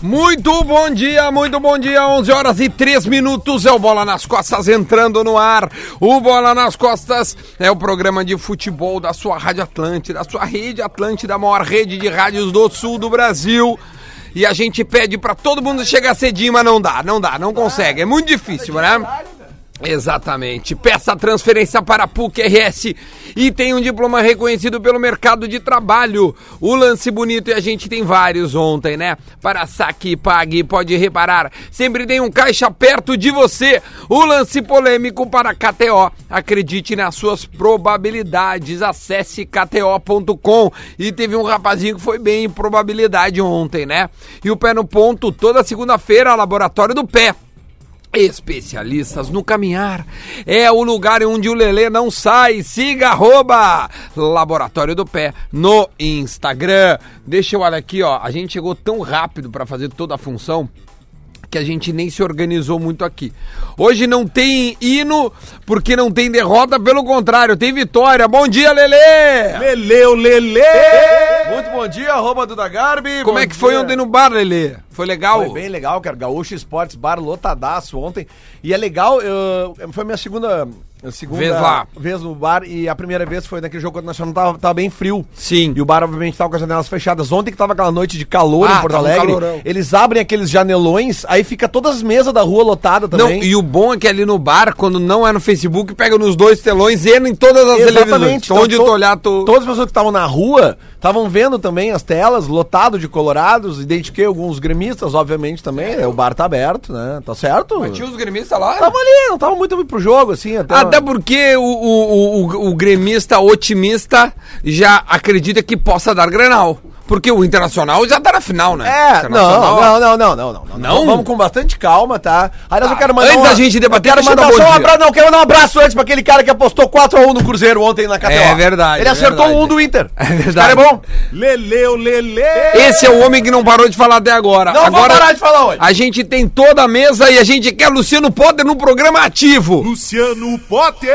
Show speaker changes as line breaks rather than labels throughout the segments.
Muito bom dia, muito bom dia. 11 horas e 3 minutos é o Bola nas Costas entrando no ar. O Bola nas Costas é o programa de futebol da sua Rádio Atlântida, da sua Rede Atlântida, a maior rede de rádios do sul do Brasil. E a gente pede pra todo mundo chegar cedinho, mas não dá, não dá, não consegue. É muito difícil, né? Exatamente. Peça transferência para a PUC RS e tem um diploma reconhecido pelo mercado de trabalho. O lance bonito e a gente tem vários ontem, né? Para saque e pague, pode reparar. Sempre tem um caixa perto de você. O lance polêmico para KTO. Acredite nas suas probabilidades. Acesse KTO.com. E teve um rapazinho que foi bem em probabilidade ontem, né? E o pé no ponto, toda segunda-feira, Laboratório do Pé. Especialistas no caminhar é o lugar onde o Lelê não sai. Siga arroba Laboratório do Pé no Instagram. Deixa eu olhar aqui, ó. A gente chegou tão rápido para fazer toda a função que a gente nem se organizou muito aqui. Hoje não tem hino porque não tem derrota, pelo contrário, tem vitória. Bom dia, Lelê!
Leleu, Lele! Muito bom dia, arroba Duda Garbi.
Como
Bom
é que foi
dia.
ontem no bar, Lelê? Foi legal?
Foi bem legal, cara. Gaúcho Esportes Bar lotadaço ontem. E é legal, eu- foi minha segunda, segunda
Vez lá.
vez no bar. E a primeira vez foi naquele jogo contra o Nacional, tava, tava bem frio.
Sim.
E o bar, obviamente, tava com as janelas fechadas. Ontem que tava aquela noite de calor
Ah,
em Porto
tava um
Alegre,
calorão.
eles abrem aqueles janelões, aí fica todas as mesas da rua lotada
Não,
também.
e o bom é que ali no bar, quando não é no Facebook, pega nos dois telões e em todas as televisões.
Então,
Onde
to-
tu olhar, tu.
Todas as pessoas que estavam na rua estavam vendo também as telas, lotado de colorados. Identifiquei alguns gremistas, obviamente, também. né? O bar tá aberto, né? Tá certo?
Mas tinha um Ah, os gremistas lá?
Tava ali, não tava muito pro jogo, assim. Até
Até porque o, o, o, o gremista otimista já acredita que possa dar granal. Porque o Internacional já tá na final, né?
É,
Internacional-
não, não, não, não, não, não, não.
Não?
Vamos com bastante calma, tá? Aliás, eu quero mandar.
antes da gente debater,
eu quero
deixa eu
mandar
dar
só
bom
um
dia.
abraço. Não, eu quero mandar um abraço antes pra aquele cara que apostou 4x1 no Cruzeiro ontem na KTO.
É verdade,
Ele
é
acertou
verdade.
um do Inter.
É verdade.
Esse cara é bom.
Leleu, Lele!
Esse é o homem que não parou de falar até agora.
Não vou
agora,
parar de falar hoje.
A gente tem toda a mesa e a gente quer Luciano Potter no programa ativo.
Luciano Potter!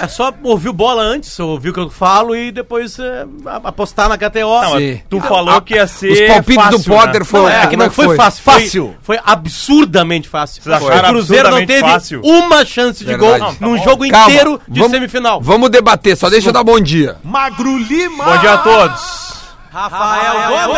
É só ouvir o bola antes, ouvir o que eu falo e depois é, a- apostar na KTO.
Não,
Sim. tu
Não,
falou
a-
que ia ser.
os palpites do Potter foram-
Não, é,
como
que
é
não
que
foi,
foi?
fácil. foi-
Fácil.
Foi, absurdamente fácil.
Vocês acharam
o Cruzeiro não
absurdamente
teve
fácil?
uma chance de
Verdade.
gol
Não, tá
num
bom.
jogo
Calma,
inteiro de
vamos-
semifinal.
Vamos debater, só deixa eu dar bom dia.
Magro Lima!
Bom dia a todos.
Rafael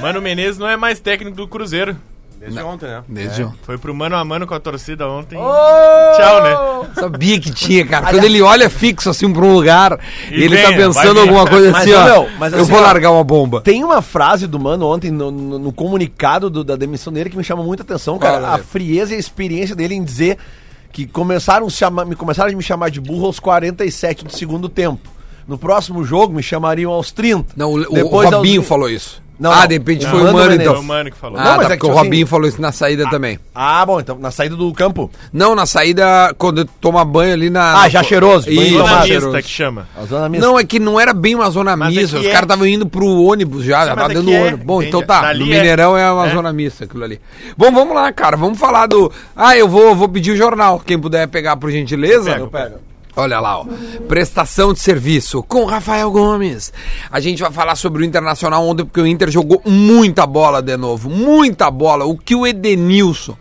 Mano Menezes não é mais técnico do Cruzeiro. Desde ontem, né?
Desde
É.
ontem.
Foi pro mano a mano com a torcida ontem. Tchau, né?
Sabia que tinha, cara. Quando ele olha fixo assim pra um lugar,
E
ele
vem,
tá
vai
pensando
vir.
alguma coisa
Mas,
assim, ó.
meu, mas
eu
assim,
vou
ó,
largar uma bomba.
Tem uma frase do mano ontem no, no- no comunicado do- da demissão dele que me chama muita atenção, cara.
Qual,
a
Lelê?
frieza e a experiência dele em dizer que começaram, a chamar, me começaram a me chamar de burro aos 47 do segundo tempo. No próximo jogo me chamariam aos 30.
Não, o, o
Depois aos
Robinho
vi-
falou isso.
Não,
ah,
não.
de repente
Não.
foi o
Mano
Mano,
Menezes.
então.
Foi o mano que falou.
Ah,
Não, mas
tá,
é que,
porque o
tipo
Robinho
assim,
falou isso na saída também.
Ah, bom, então na saída do campo.
Não, na saída, quando toma banho ali na.
Ah, já cheiroso, banho
Isso,
tomado.
Zona
já
mista
cheiroso.
que chama.
A zona mista.
Não, é que não era bem uma zona
Mas é
mista.
que
os
é.
caras estavam indo pro ônibus já, já tá
mas é
dentro do
que é,
ônibus. Bom,
entende?
então tá.
Dali
no
é.
Mineirão é uma
É.
zona mista aquilo ali. Bom, vamos lá, cara. Vamos falar do. Ah, eu vou, vou pedir o jornal. Quem puder pegar, por gentileza.
Eu pego.
Olha lá, ó. Prestação de serviço com Rafael Gomes. A gente vai falar sobre o Internacional ontem, porque o Inter jogou muita bola de novo. Muita bola. O que o Edenilson,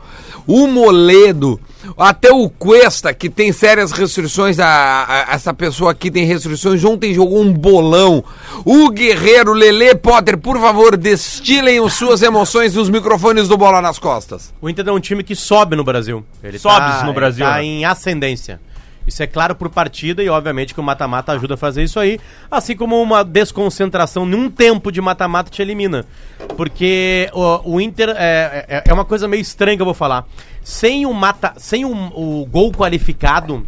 o Moledo, até o Cuesta, que tem sérias restrições, a, a- essa pessoa aqui tem restrições, ontem jogou um bolão. O Guerreiro, Lele Potter, por favor, destilem os suas emoções nos microfones do Bola nas Costas.
O Inter é um time que sobe no Brasil. Ele
Sobes no
ele
Brasil,
tá
né?
em ascendência. Isso é claro por partida e obviamente que o mata-mata ajuda a fazer isso aí, assim como uma desconcentração num tempo de mata-mata te elimina. Porque o, o Inter é, é, é uma coisa meio estranha que eu vou falar. Sem o mata, sem o, o gol qualificado,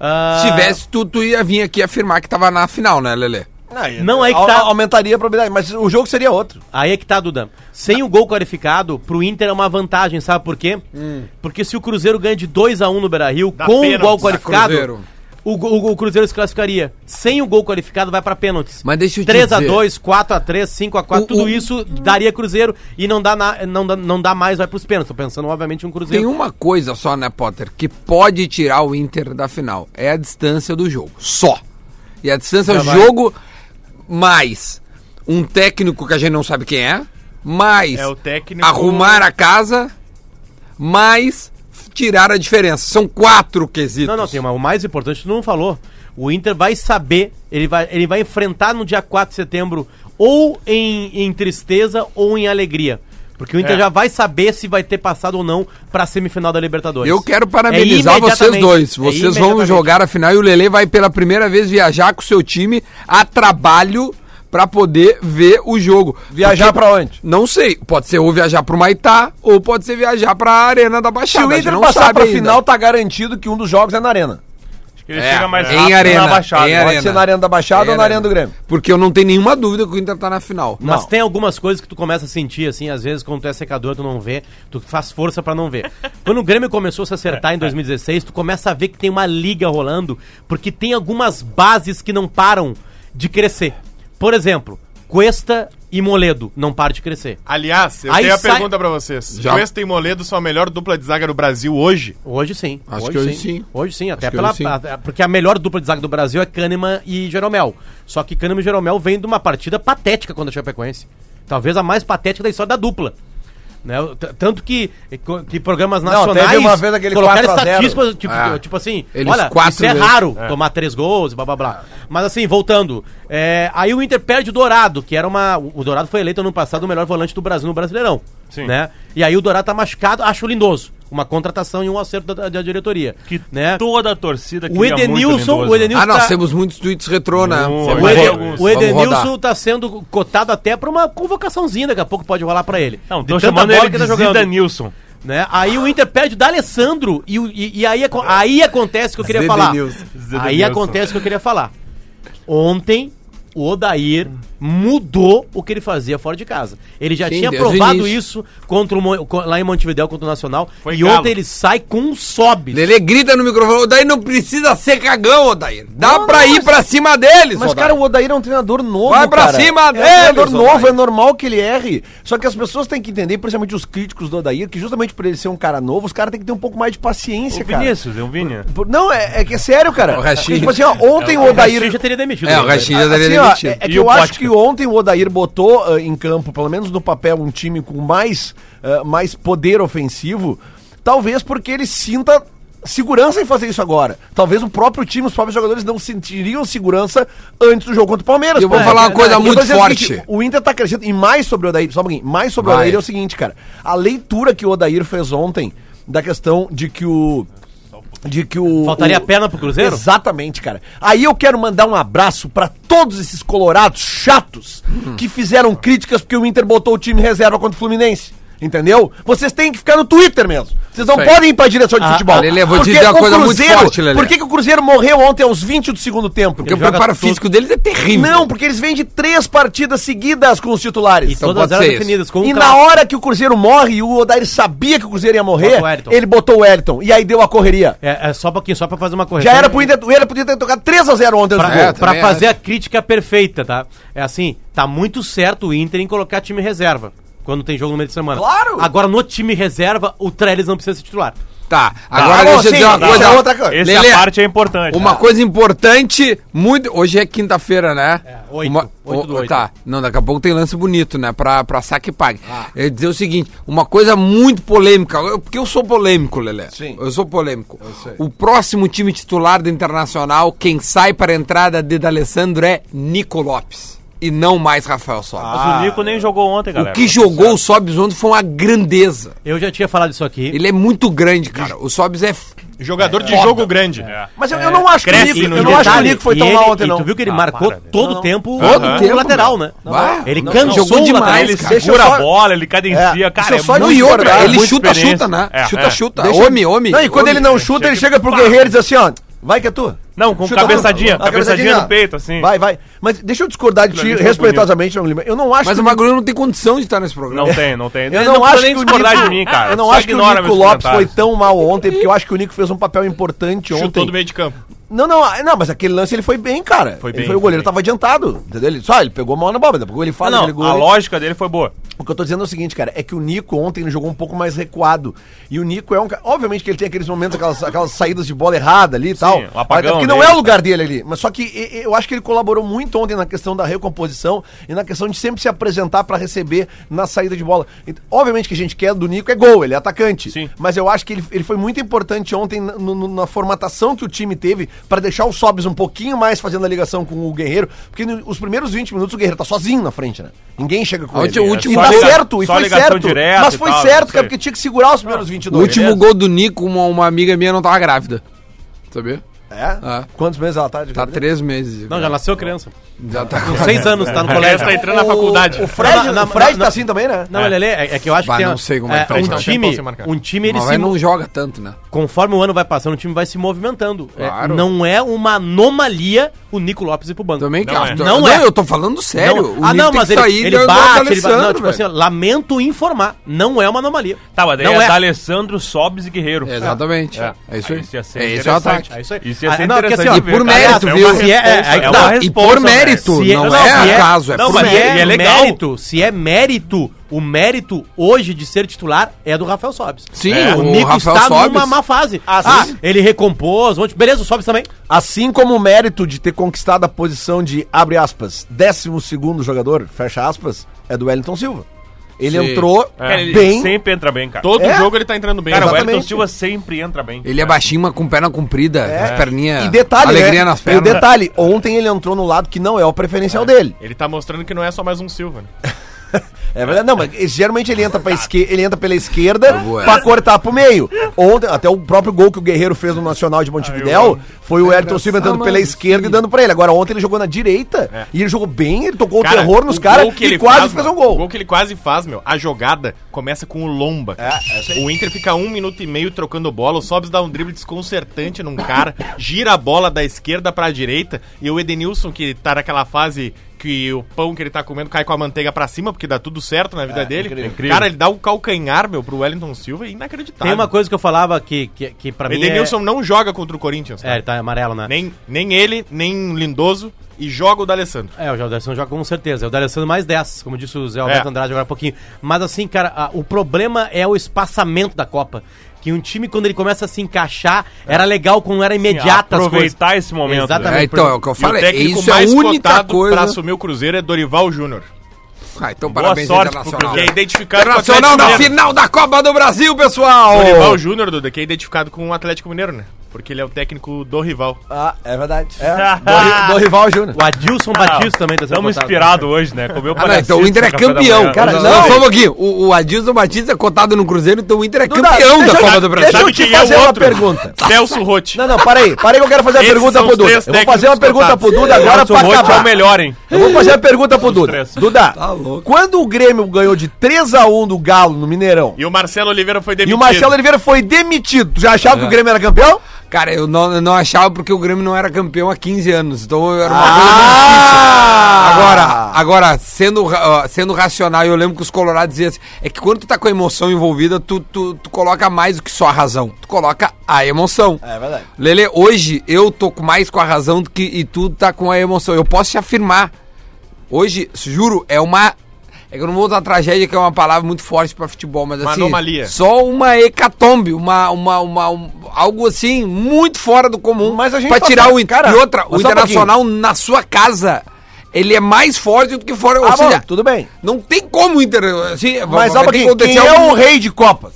ah,
Se tivesse, tu, tu ia vir aqui afirmar que tava na final, né, Lele?
não, aí que
Au-
tá.
Aumentaria a probabilidade, mas o jogo seria outro.
Aí é que tá, Duda. Sem o gol qualificado, pro Inter é uma vantagem, sabe por quê? Porque se o Cruzeiro ganha de 2 a 1 no Beira-Rio,
Dá
com o
pênalti,
gol
dá
qualificado,
Cruzeiro.
o, go- o, go- o Cruzeiro se classificaria. Sem o gol qualificado, vai pra pênaltis.
Mas deixa eu te
3 a
dizer.
2 4 a 3 5 a 4
O-
tudo
o-
isso daria Cruzeiro e não dá, na- não, dá, não dá mais, vai pros pênaltis. Tô pensando, obviamente, em um Cruzeiro.
Tem uma coisa só, né, Potter, que pode tirar o Inter da final. É a distância do jogo. Só. E a distância do jogo mais um técnico que a gente não sabe quem é, mais
É o técnico-
arrumar a casa, mais tirar a diferença. São quatro quesitos.
Não, não, tem uma, o mais importante tu não falou. O Inter vai saber, ele vai, ele vai enfrentar no dia 4 de setembro ou em, em tristeza ou em alegria. Porque o Inter
É.
já vai saber se vai ter passado ou não pra semifinal da Libertadores.
Eu quero
É
parabenizar vocês
imediatamente.
dois.
É
Vocês vão
imediatamente.
jogar a final e o Lele vai pela primeira vez viajar com o seu time a trabalho pra poder ver o jogo.
Viajar
Porque-
pra onde?
Não sei, pode ser ou viajar pro Maitá ou pode ser viajar pra Arena da
Se
Baixada.
o
a gente
Inter
não
passar
sabe
pra
ainda.
final, tá garantido que um dos jogos é na arena.
Acho que ele
É,
chega mais
em
rápido
arena,
na baixada.
em
Pode
Arena.
ser na arena da Baixada
É,
ou na arena do Grêmio.
Porque eu não tenho nenhuma dúvida que o Inter tá na final.
Mas
Não.
tem algumas coisas que tu começa a sentir, assim, às vezes quando tu é secador, tu não vê, tu faz força pra não ver. Quando o Grêmio começou a se acertar em 2016, tu começa a ver que tem uma liga rolando, porque tem algumas bases que não param de crescer. Por exemplo, Cuesta e Moledo não param de crescer.
Aliás, eu
Aí
tenho a
sai-
pergunta pra vocês.
Já.
Cuesta e Moledo são a melhor dupla de zaga do Brasil hoje?
Hoje sim.
Acho
hoje
que hoje sim.
Hoje sim, até
que
pela.
hoje sim.
a- a- Porque a melhor dupla de zaga do Brasil é Kahneman e Jeromel. Só que Kahneman e Jeromel vêm de uma partida patética contra a Chapecoense. Talvez a mais patética da história da dupla. Né? O- t- Tanto que, que programas
teve
nacionais
uma vez aquele
colocaram
4 a 0.
estatísticas, tipo,
Ah.
tipo assim,
Eles
olha,
quatro
isso é
vezes.
raro tomar três gols, blá blá blá. Mas assim, voltando, é, aí o Inter perde o Dourado, que era uma. O Dourado foi eleito ano passado o melhor volante do Brasil no Brasileirão.
Sim.
Né? E aí o Dourado tá machucado, acho lindoso. Uma contratação e um acerto da, da diretoria.
que
né?
toda a torcida
O Edenilson, o Edenilson
Ah, nós
tá-
temos muitos tweets retrô, né?
Muito.
Vamos
o, Eden-
ro-
alguns.
o
vamos
Edenilson
rodar.
tá sendo cotado até pra uma convocaçãozinha, daqui a pouco pode rolar pra ele.
Não,
De
tô
tanta
chamando
bola
ele
tá
que tá
de Zidanilson.
né? Aí o Inter perde o D'Alessandro e, o- e, e aí, aco- aí acontece o que eu queria falar.
Zedenilson.
Aí acontece o que eu queria falar. Ontem o Odair mudou o que ele fazia fora de casa. Ele já
Sim,
tinha
desde o
provado
início.
isso contra o Mo- co- lá em Montevideo contra o Nacional
Foi
e
galo.
ontem ele sai com um sobe.
Lele grita no microfone, Odair não precisa ser cagão, Odair. Dá pra ir pra cima deles,
Mas,
Odair.
cara, o Odair é um treinador novo.
Vai pra
cara.
cima
É um
deles,
treinador novo,
Odair.
é normal que ele erre. Só que as pessoas têm que entender, principalmente os críticos do Odair, que justamente por ele ser um cara novo, os caras têm que ter um pouco mais de paciência,
O
cara.
Vinícius, é o Vini.
Por- Não, é, é que é sério, cara.
O Rashid.
Porque, tipo assim, ó, ontem o Odair.
Rashid já teria demitido.
É, o
né,
Rashid
cara?
já
Assim,
teria
ó,
demitido.
é, é que
E o
eu acho
Potker?
que ontem o Odair botou ah, em campo, pelo menos no papel, um time com mais, ah, mais poder ofensivo, talvez porque ele sinta segurança em fazer isso agora. Talvez o próprio time, os próprios jogadores não sentiriam segurança antes do jogo contra o Palmeiras.
Eu vou
pô.
falar uma coisa
eu vou
muito
dizer o
forte.
seguinte, o Inter tá crescendo, e mais sobre o Odair, só um pouquinho, mais sobre o
Vai.
Odair é o seguinte, cara, a leitura que o Odair fez ontem da questão de que o... De que o
Faltaria
o,
perna pro Cruzeiro?
Exatamente, cara. Aí eu quero mandar um abraço pra todos esses colorados chatos que fizeram críticas porque o Inter botou o time reserva contra o Fluminense. Entendeu? Vocês têm que ficar no Twitter mesmo. Vocês não
Isso aí. Ah,
podem ir pra direção de futebol.
Lelê, vou te
Porque
dizer uma
o
coisa muito forte, Lelê.
Por que, que o Cruzeiro morreu ontem aos 20 do segundo tempo?
Porque o preparo físico deles é terrível.
Não, porque eles vêm de três partidas seguidas com os titulares.
E
Então
todas
pode
elas
ser isso.
definidas com um
E
craque.
na hora que o Cruzeiro morre e o Odair sabia que o Cruzeiro ia morrer,
Bota o Wellington.
ele botou o Wellington. E aí deu a correria.
É, é só um pouquinho, só pra fazer uma correção.
Já era pro Inter, ele podia ter tocado 3x0 ontem antes
Pra,
do gol.
É,
pra
também
fazer a crítica perfeita, tá? É assim, tá muito certo o Inter em colocar time reserva quando tem jogo no meio de semana.
Claro!
Agora, no time reserva, o Trellis não precisa ser titular.
Tá, agora
bom,
deixa eu
sim,
dizer uma
tá.
coisa.
Isso é outra coisa.
Essa
Lelê,
parte é importante.
Uma coisa importante, muito. Hoje é quinta-feira, né?
É, oito.
Uma-
Oito do
o-
oito.
Tá. Não, daqui a pouco tem lance bonito, né? Pra, pra saque e pague. Eu ia dizer o seguinte: uma coisa muito polêmica, eu- porque eu sou polêmico, Lelé.
Sim.
Eu sou polêmico. O próximo time titular do Internacional, quem sai para a entrada de D'Alessandro é Nico Lopes. E não mais Rafael
Ah,
Sobis.
Mas o Nico nem jogou ontem,
o
galera.
que jogou o Sobis ontem foi uma grandeza.
Eu já tinha falado isso aqui.
Ele é muito grande, cara. O Sobis é. f-
Jogador de jogo grande.
Mas eu, eu não acho que o
cresce
Nico,
no
eu não acho que o
Detalhe,
Nico foi
e
tão
ele-
mal ontem,
e
não.
Tu viu que ele
Ah,
marcou
para,
todo
não.
o tempo
Todo
o
tempo,
lateral,
meu.
né?
Bah,
Ele
não,
cansou
jogou
o
demais,
lateral.
cara.
Deixa eu
Segura
só-
a bola, ele cadencia,
É,
cara.
deixa eu só
Não, e
discordar,
outra,
é
ele
muita
chuta,
experiência.
chuta, né?
É,
chuta,
é.
chuta.
Deixa-
Homem, homem.
Não, e quando
homem.
ele não chuta, ele chega pro guerreiro e diz assim, ó, vai que é tu.
Não, com
Chuta
cabeçadinha,
tu. Ah,
cabeçadinha no peito, assim.
Vai, vai. Mas deixa eu discordar de ti,
ali foi
respeitosamente, João Lima. Eu não acho
Mas
que
o
o
Magro não tem condição de estar nesse programa.
Não tem, não
Eu
tem. Ele
não,
precisa
acho que
nem
o
discordar
Nico,
de mim, cara.
eu não
Só
acho que o
ignora
Nico
meus
Lopes foi
comentários.
tão mal ontem, porque eu acho que o Nico fez um papel importante
Chutou
ontem.
do meio de campo.
Não, não, ah, não, mas aquele lance ele foi bem, cara. Foi
bem,
Foi, o
foi
goleiro
bem.
tava adiantado, entendeu? Ele, só, ele pegou mal na bola, mas depois ele fala
não,
aquele
a
gol.
lógica dele foi boa.
O que eu tô dizendo é o seguinte, cara, é que o Nico ontem ele jogou um pouco mais recuado. E o Nico é um cara. Obviamente que ele tem aqueles momentos, aquelas, aquelas saídas de bola errada ali e tal.
o um apagão
Até porque não
dele.
é o lugar dele ali. Mas só que e- e- eu acho que ele colaborou muito ontem na questão da recomposição e na questão de sempre se apresentar pra receber na saída de bola. E, obviamente que a gente quer do Nico é gol, ele é atacante.
Sim.
Mas eu acho que ele, ele foi muito importante ontem na, no- no- na formatação que o time teve pra deixar o Sobis um pouquinho mais fazendo a ligação com o Guerreiro. Porque no- os primeiros 20 minutos o Guerreiro tá sozinho na frente, né? Ninguém chega com
Ontem
ele.
o último
e tá
gol-
certo, e
é só
foi
ligação
certo.
direta
Mas
e
foi
tal, não
certo,
sei.
cara, porque tinha que segurar os primeiros
O
22.
último gol do Nico, uma, uma amiga minha não tava grávida. Sabia?
É?
Ah.
Quantos meses ela tá de
Tá
gravidez?
três meses.
Não, já nasceu criança.
Já tá
Com seis anos, tá no
Ela
colégio.
tá entrando na faculdade.
O Fred,
Não, não,
o Fred
não,
tá
não.
assim também, né?
Não, é. Lelê, é, é que eu acho
Bah,
que tem,
não sei como é
é,
que faz,
um
não.
Tem
time,
como marcar.
um time ele
Mas
se,
aí não joga tanto, né?
conforme o ano vai passando, o time vai se movimentando. É,
Claro.
não é uma anomalia o Nico Lopes ir pro banco.
Também que
Não
acho.
é.
Não é.
eu tô falando sério.
Não,
O
ah,
Nico
não,
tem
mas
que
ele,
sair
ele
do- do
bate, ele bate.
Alessandro,
Não, tipo assim,
velho.
ó, lamento informar, não é uma anomalia.
Tá, mas daí
não
é,
é.
da Alessandro, Sobes e Guerreiro.
É, Exatamente. É,
É.
isso aí.
Isso ia ser
é esse é o ataque.
interessante.
É isso aí.
Isso ia ser
Ah, não, porque
interessante
assim, ó,
de ver,
E por
cara.
mérito,
É uma
viu?
Se é, é, é,
É
não,
uma
e
resposta,
por
né?
mérito,
Se é-
não,
não,
é
se é-
acaso, é
não,
por
mas
se
mérito.
é,
e é legal.
mérito, se é mérito, o mérito hoje de ser titular é do Rafael Sobis.
Sim,
o,
o
Nico
Rafael
está numa
Sobis.
má fase.
Ah,
Ah,
sim.
ele recompôs, ontem- beleza, o Sobis também.
Assim como o mérito de ter conquistado a posição de, abre aspas, 12 segundo jogador, fecha aspas, é do Wellington Silva. Ele
Sim.
entrou
É, ele
bem.
sempre entra bem, cara.
Todo
É?
jogo ele tá entrando bem.
Cara,
Vai-
o Wellington
Exatamente.
Silva sempre entra bem.
Ele é baixinho, mas com perna comprida, as perninhas.
E
É.
detalhe,
alegria
né?
nas
E o
pernas.
detalhe, ontem ele entrou no lado que não é o preferencial dele.
Ele tá mostrando que não é só mais um Silva. né?
É verdade, não, mas geralmente ele entra, pra esque... ele entra pela esquerda
vou, é.
pra cortar pro meio. Ontem, até o próprio gol que o Guerreiro fez no Nacional de Montevidéu foi o Elton Silva entrando pela esquerda e dando pra ele. Agora, ontem ele jogou na direita e ele jogou bem, ele tocou o terror nos
É. o
caras
gol que
e
ele
quase
faz,
fez um
mano,
gol.
O gol que ele quase faz, meu. A jogada começa com o Lomba. cara.
É,
o Inter fica um minuto e meio trocando bola. O Sobs dá um drible desconcertante num cara, gira a bola da esquerda pra direita. E o Edenilson, que tá naquela fase que o pão que ele tá comendo cai com a manteiga pra cima, porque dá tudo certo na
É,
vida dele.
incrível.
Cara, ele dá um calcanhar, meu, pro Wellington Silva. É inacreditável.
Tá.
Tem uma coisa que eu falava que, que, que pra
O
mim. é-
Edenilson não joga contra o Corinthians.
É,
cara.
ele tá amarelo, né?
Nem, nem ele, nem Lindoso. E joga o D'Alessandro.
É, o D'Alessandro joga com certeza. É o D'Alessandro mais 10, como disse o Zé Alberto
É.
Andrade agora há pouquinho. Mas assim, cara, a- o problema é o espaçamento da Copa. Que um time, quando ele começa a se encaixar,
É.
era legal quando era imediata as coisas.
Assim, aproveitar esse momento. né?
Exatamente.
É, então, é o que eu
E o
falei.
técnico
Isso é a
mais
única
cotado
coisa.
pra assumir o Cruzeiro é Dorival Júnior.
Ah, então
Boa
parabéns,
sorte pro
Internacional.
Que é identificado
Internacional
com o
na
Atlético Mineiro.
final da Copa do Brasil, pessoal!
O Dorival Júnior, Duda, que é identificado com o Atlético Mineiro, né? Porque ele é o técnico do rival.
Ah, é verdade. É, do, do rival Júnior.
O Adilson Batista também tá sendo
Estamos
cotado.
inspirados Ah, hoje, né? Comeu
Ah, não, então o Inter é campeão.
Cara,
Nós-
não.
nós falamos aqui, o, o Adilson Batista é cotado no Cruzeiro, então o Inter é campeão
deixa
da
eu-
Copa do Brasil.
Deixa eu
Sabe
te
quem é o
fazer uma
outro?
pergunta.
Tá.
Celso Rotti.
Não, não, para aí. Para aí que eu quero fazer a
Esses
pergunta
são
pro
os
Duda.
três
Eu vou fazer uma
técnicos
pergunta pro Duda agora pra
Rote é o
acabar.
melhor, hein?
Eu vou fazer a pergunta pro Duda.
três.
Duda,
Tá louco.
quando o Grêmio ganhou de 3x1 do Galo no Mineirão
E o Marcelo Oliveira foi
e
demitido.
o Marcelo Oliveira foi demitido, tu já achava que o Grêmio era campeão?
Cara, eu não, eu não achava porque o Grêmio não era campeão há 15 anos, então era uma coisa
Ah!
Agora, agora sendo, ra- ó, sendo racional, eu lembro que os colorados diziam assim, é que quando tu tá com a emoção envolvida, tu, tu, tu coloca mais do que só a razão. Tu coloca a emoção.
É verdade.
Lele, hoje eu tô com mais com a razão do que e tu tá com a emoção. Eu posso te afirmar. Hoje, juro, é uma... É que eu não vou usar tragédia, que é uma palavra muito forte pra futebol, mas
Uma
assim...
anomalia.
Só uma hecatombe, uma, uma, uma, um- algo assim, muito fora do comum.
Mas a gente
pra
tá
tirar
certo.
o... in-
Cara,
e outra, o
mas só um
Internacional na sua casa, ele é mais forte do que fora.
Ah,
ou
bom,
seja,
tudo bem.
não tem como o Inter... Assim,
Mas
vai ter
olha
que
aqui, quem
acontecer
é
algum-
o rei de Copas?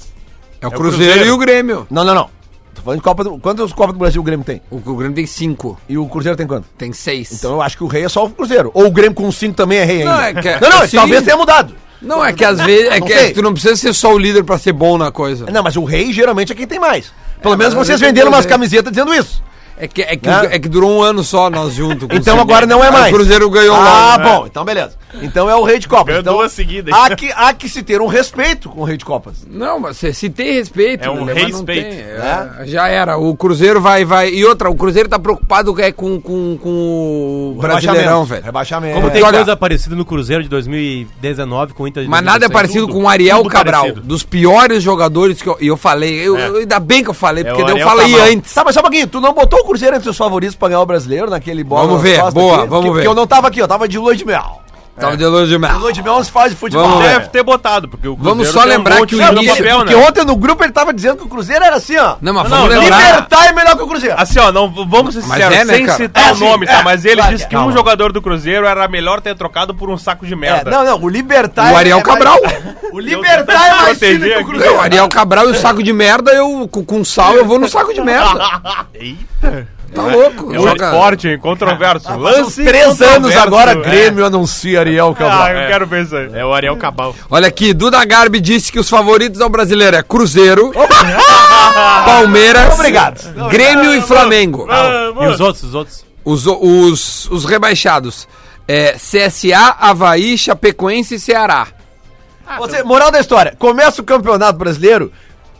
É o Cruzeiro,
Cruzeiro.
e o Grêmio.
Não, não, não. Tô falando de Copa do... Quantas Copas do Brasil o Grêmio tem?
O, o Grêmio tem cinco,
E o Cruzeiro tem quanto?
tem seis.
Então eu acho que o rei é só o Cruzeiro. Ou o Grêmio com 5 também é rei ainda.
Não, é que-
não, não,
assim-
talvez tenha mudado.
Não, é que às vezes. É
Não
que,
sei.
é que tu não precisa ser só o líder pra ser bom na coisa.
Não, mas o rei geralmente é quem tem mais. Pelo menos
mas
vocês
eu
venderam
tenho
umas
rei.
camisetas dizendo isso.
É que, é que,
Né?
é que durou um ano só nós juntos.
Então agora não é mais.
O Cruzeiro ganhou
Ah,
logo.
bom, então beleza. Então é o rei de copas.
Ganhou
Então,
duas seguidas.
Há que, há que se ter um respeito com o rei de copas.
Não, mas você se tem respeito.
É um
né? Mas não
respeito,
tem,
né?
é, Já era. O Cruzeiro vai, vai. E outra, o Cruzeiro tá preocupado é, com, com, com o Brasileirão,
Rebaixamento,
velho.
Rebaixamento.
Como
É.
tem
olha-
coisa parecida no Cruzeiro de 2019 com o Inter de
Mas nada é
2016.
parecido
tudo,
com o Ariel
tudo
Cabral,
parecido. É.
dos piores jogadores que eu, e eu falei. Eu, eu- ainda bem que eu falei, porque
o
daí eu
Ariel
falei
Cabral.
antes.
Tá, mas só um pouquinho, tu não botou o Cruzeiro entre os favoritos pra ganhar o brasileiro naquele bola
Vamos
nas
ver,
costas
boa,
aqui?
vamos
Porque-
ver.
Porque eu não tava aqui, eu tava de lua de mel.
Tava
É.
de longe
De lua de mel se faz de futebol.
Vamos ver.
Deve ter botado, porque o
Vamos
Cruzeiro
só
tem um
lembrar
monte
que o
de
Não,
jogo
início-
É,
no papel,
porque
né?
ontem no grupo ele tava dizendo que o Cruzeiro era assim, ó.
Não, mas
Não,
vamos
não,
lembrar.
Libertar é melhor que o Cruzeiro.
Assim, ó, não, vamos ser
Mas
sinceros,
é, né,
sem
cara?
citar
É
o
assim,
nome,
é,
tá? Mas ele
claro
disse
que é.
que um jogador do Cruzeiro era melhor ter trocado por um saco de
É,
merda.
não, não, o Libertar
é
é
O Ariel
mais-
Cabral.
o Libertar é mais time que o Cruzeiro.
Não, o Ariel Cabral e o saco de merda, eu com, com sal, eu vou no saco de merda. Tá louco.
Muito
joga-
forte, hein? Controverso.
um
Lance
Lance
três anos
é um controverso.
agora,
É.
Grêmio anuncia Ariel Cabral.
Ah, eu quero ver isso aí.
É o Ariel Cabal.
Olha aqui, Duda Garbi disse que os favoritos ao brasileiro é Cruzeiro, Palmeiras,
Obrigado.
Grêmio e Flamengo.
E os outros, os outros.
Os, os, os rebaixados é CSA, Havaí, Chapecoense e Ceará.
Você, moral da história, começa o campeonato brasileiro,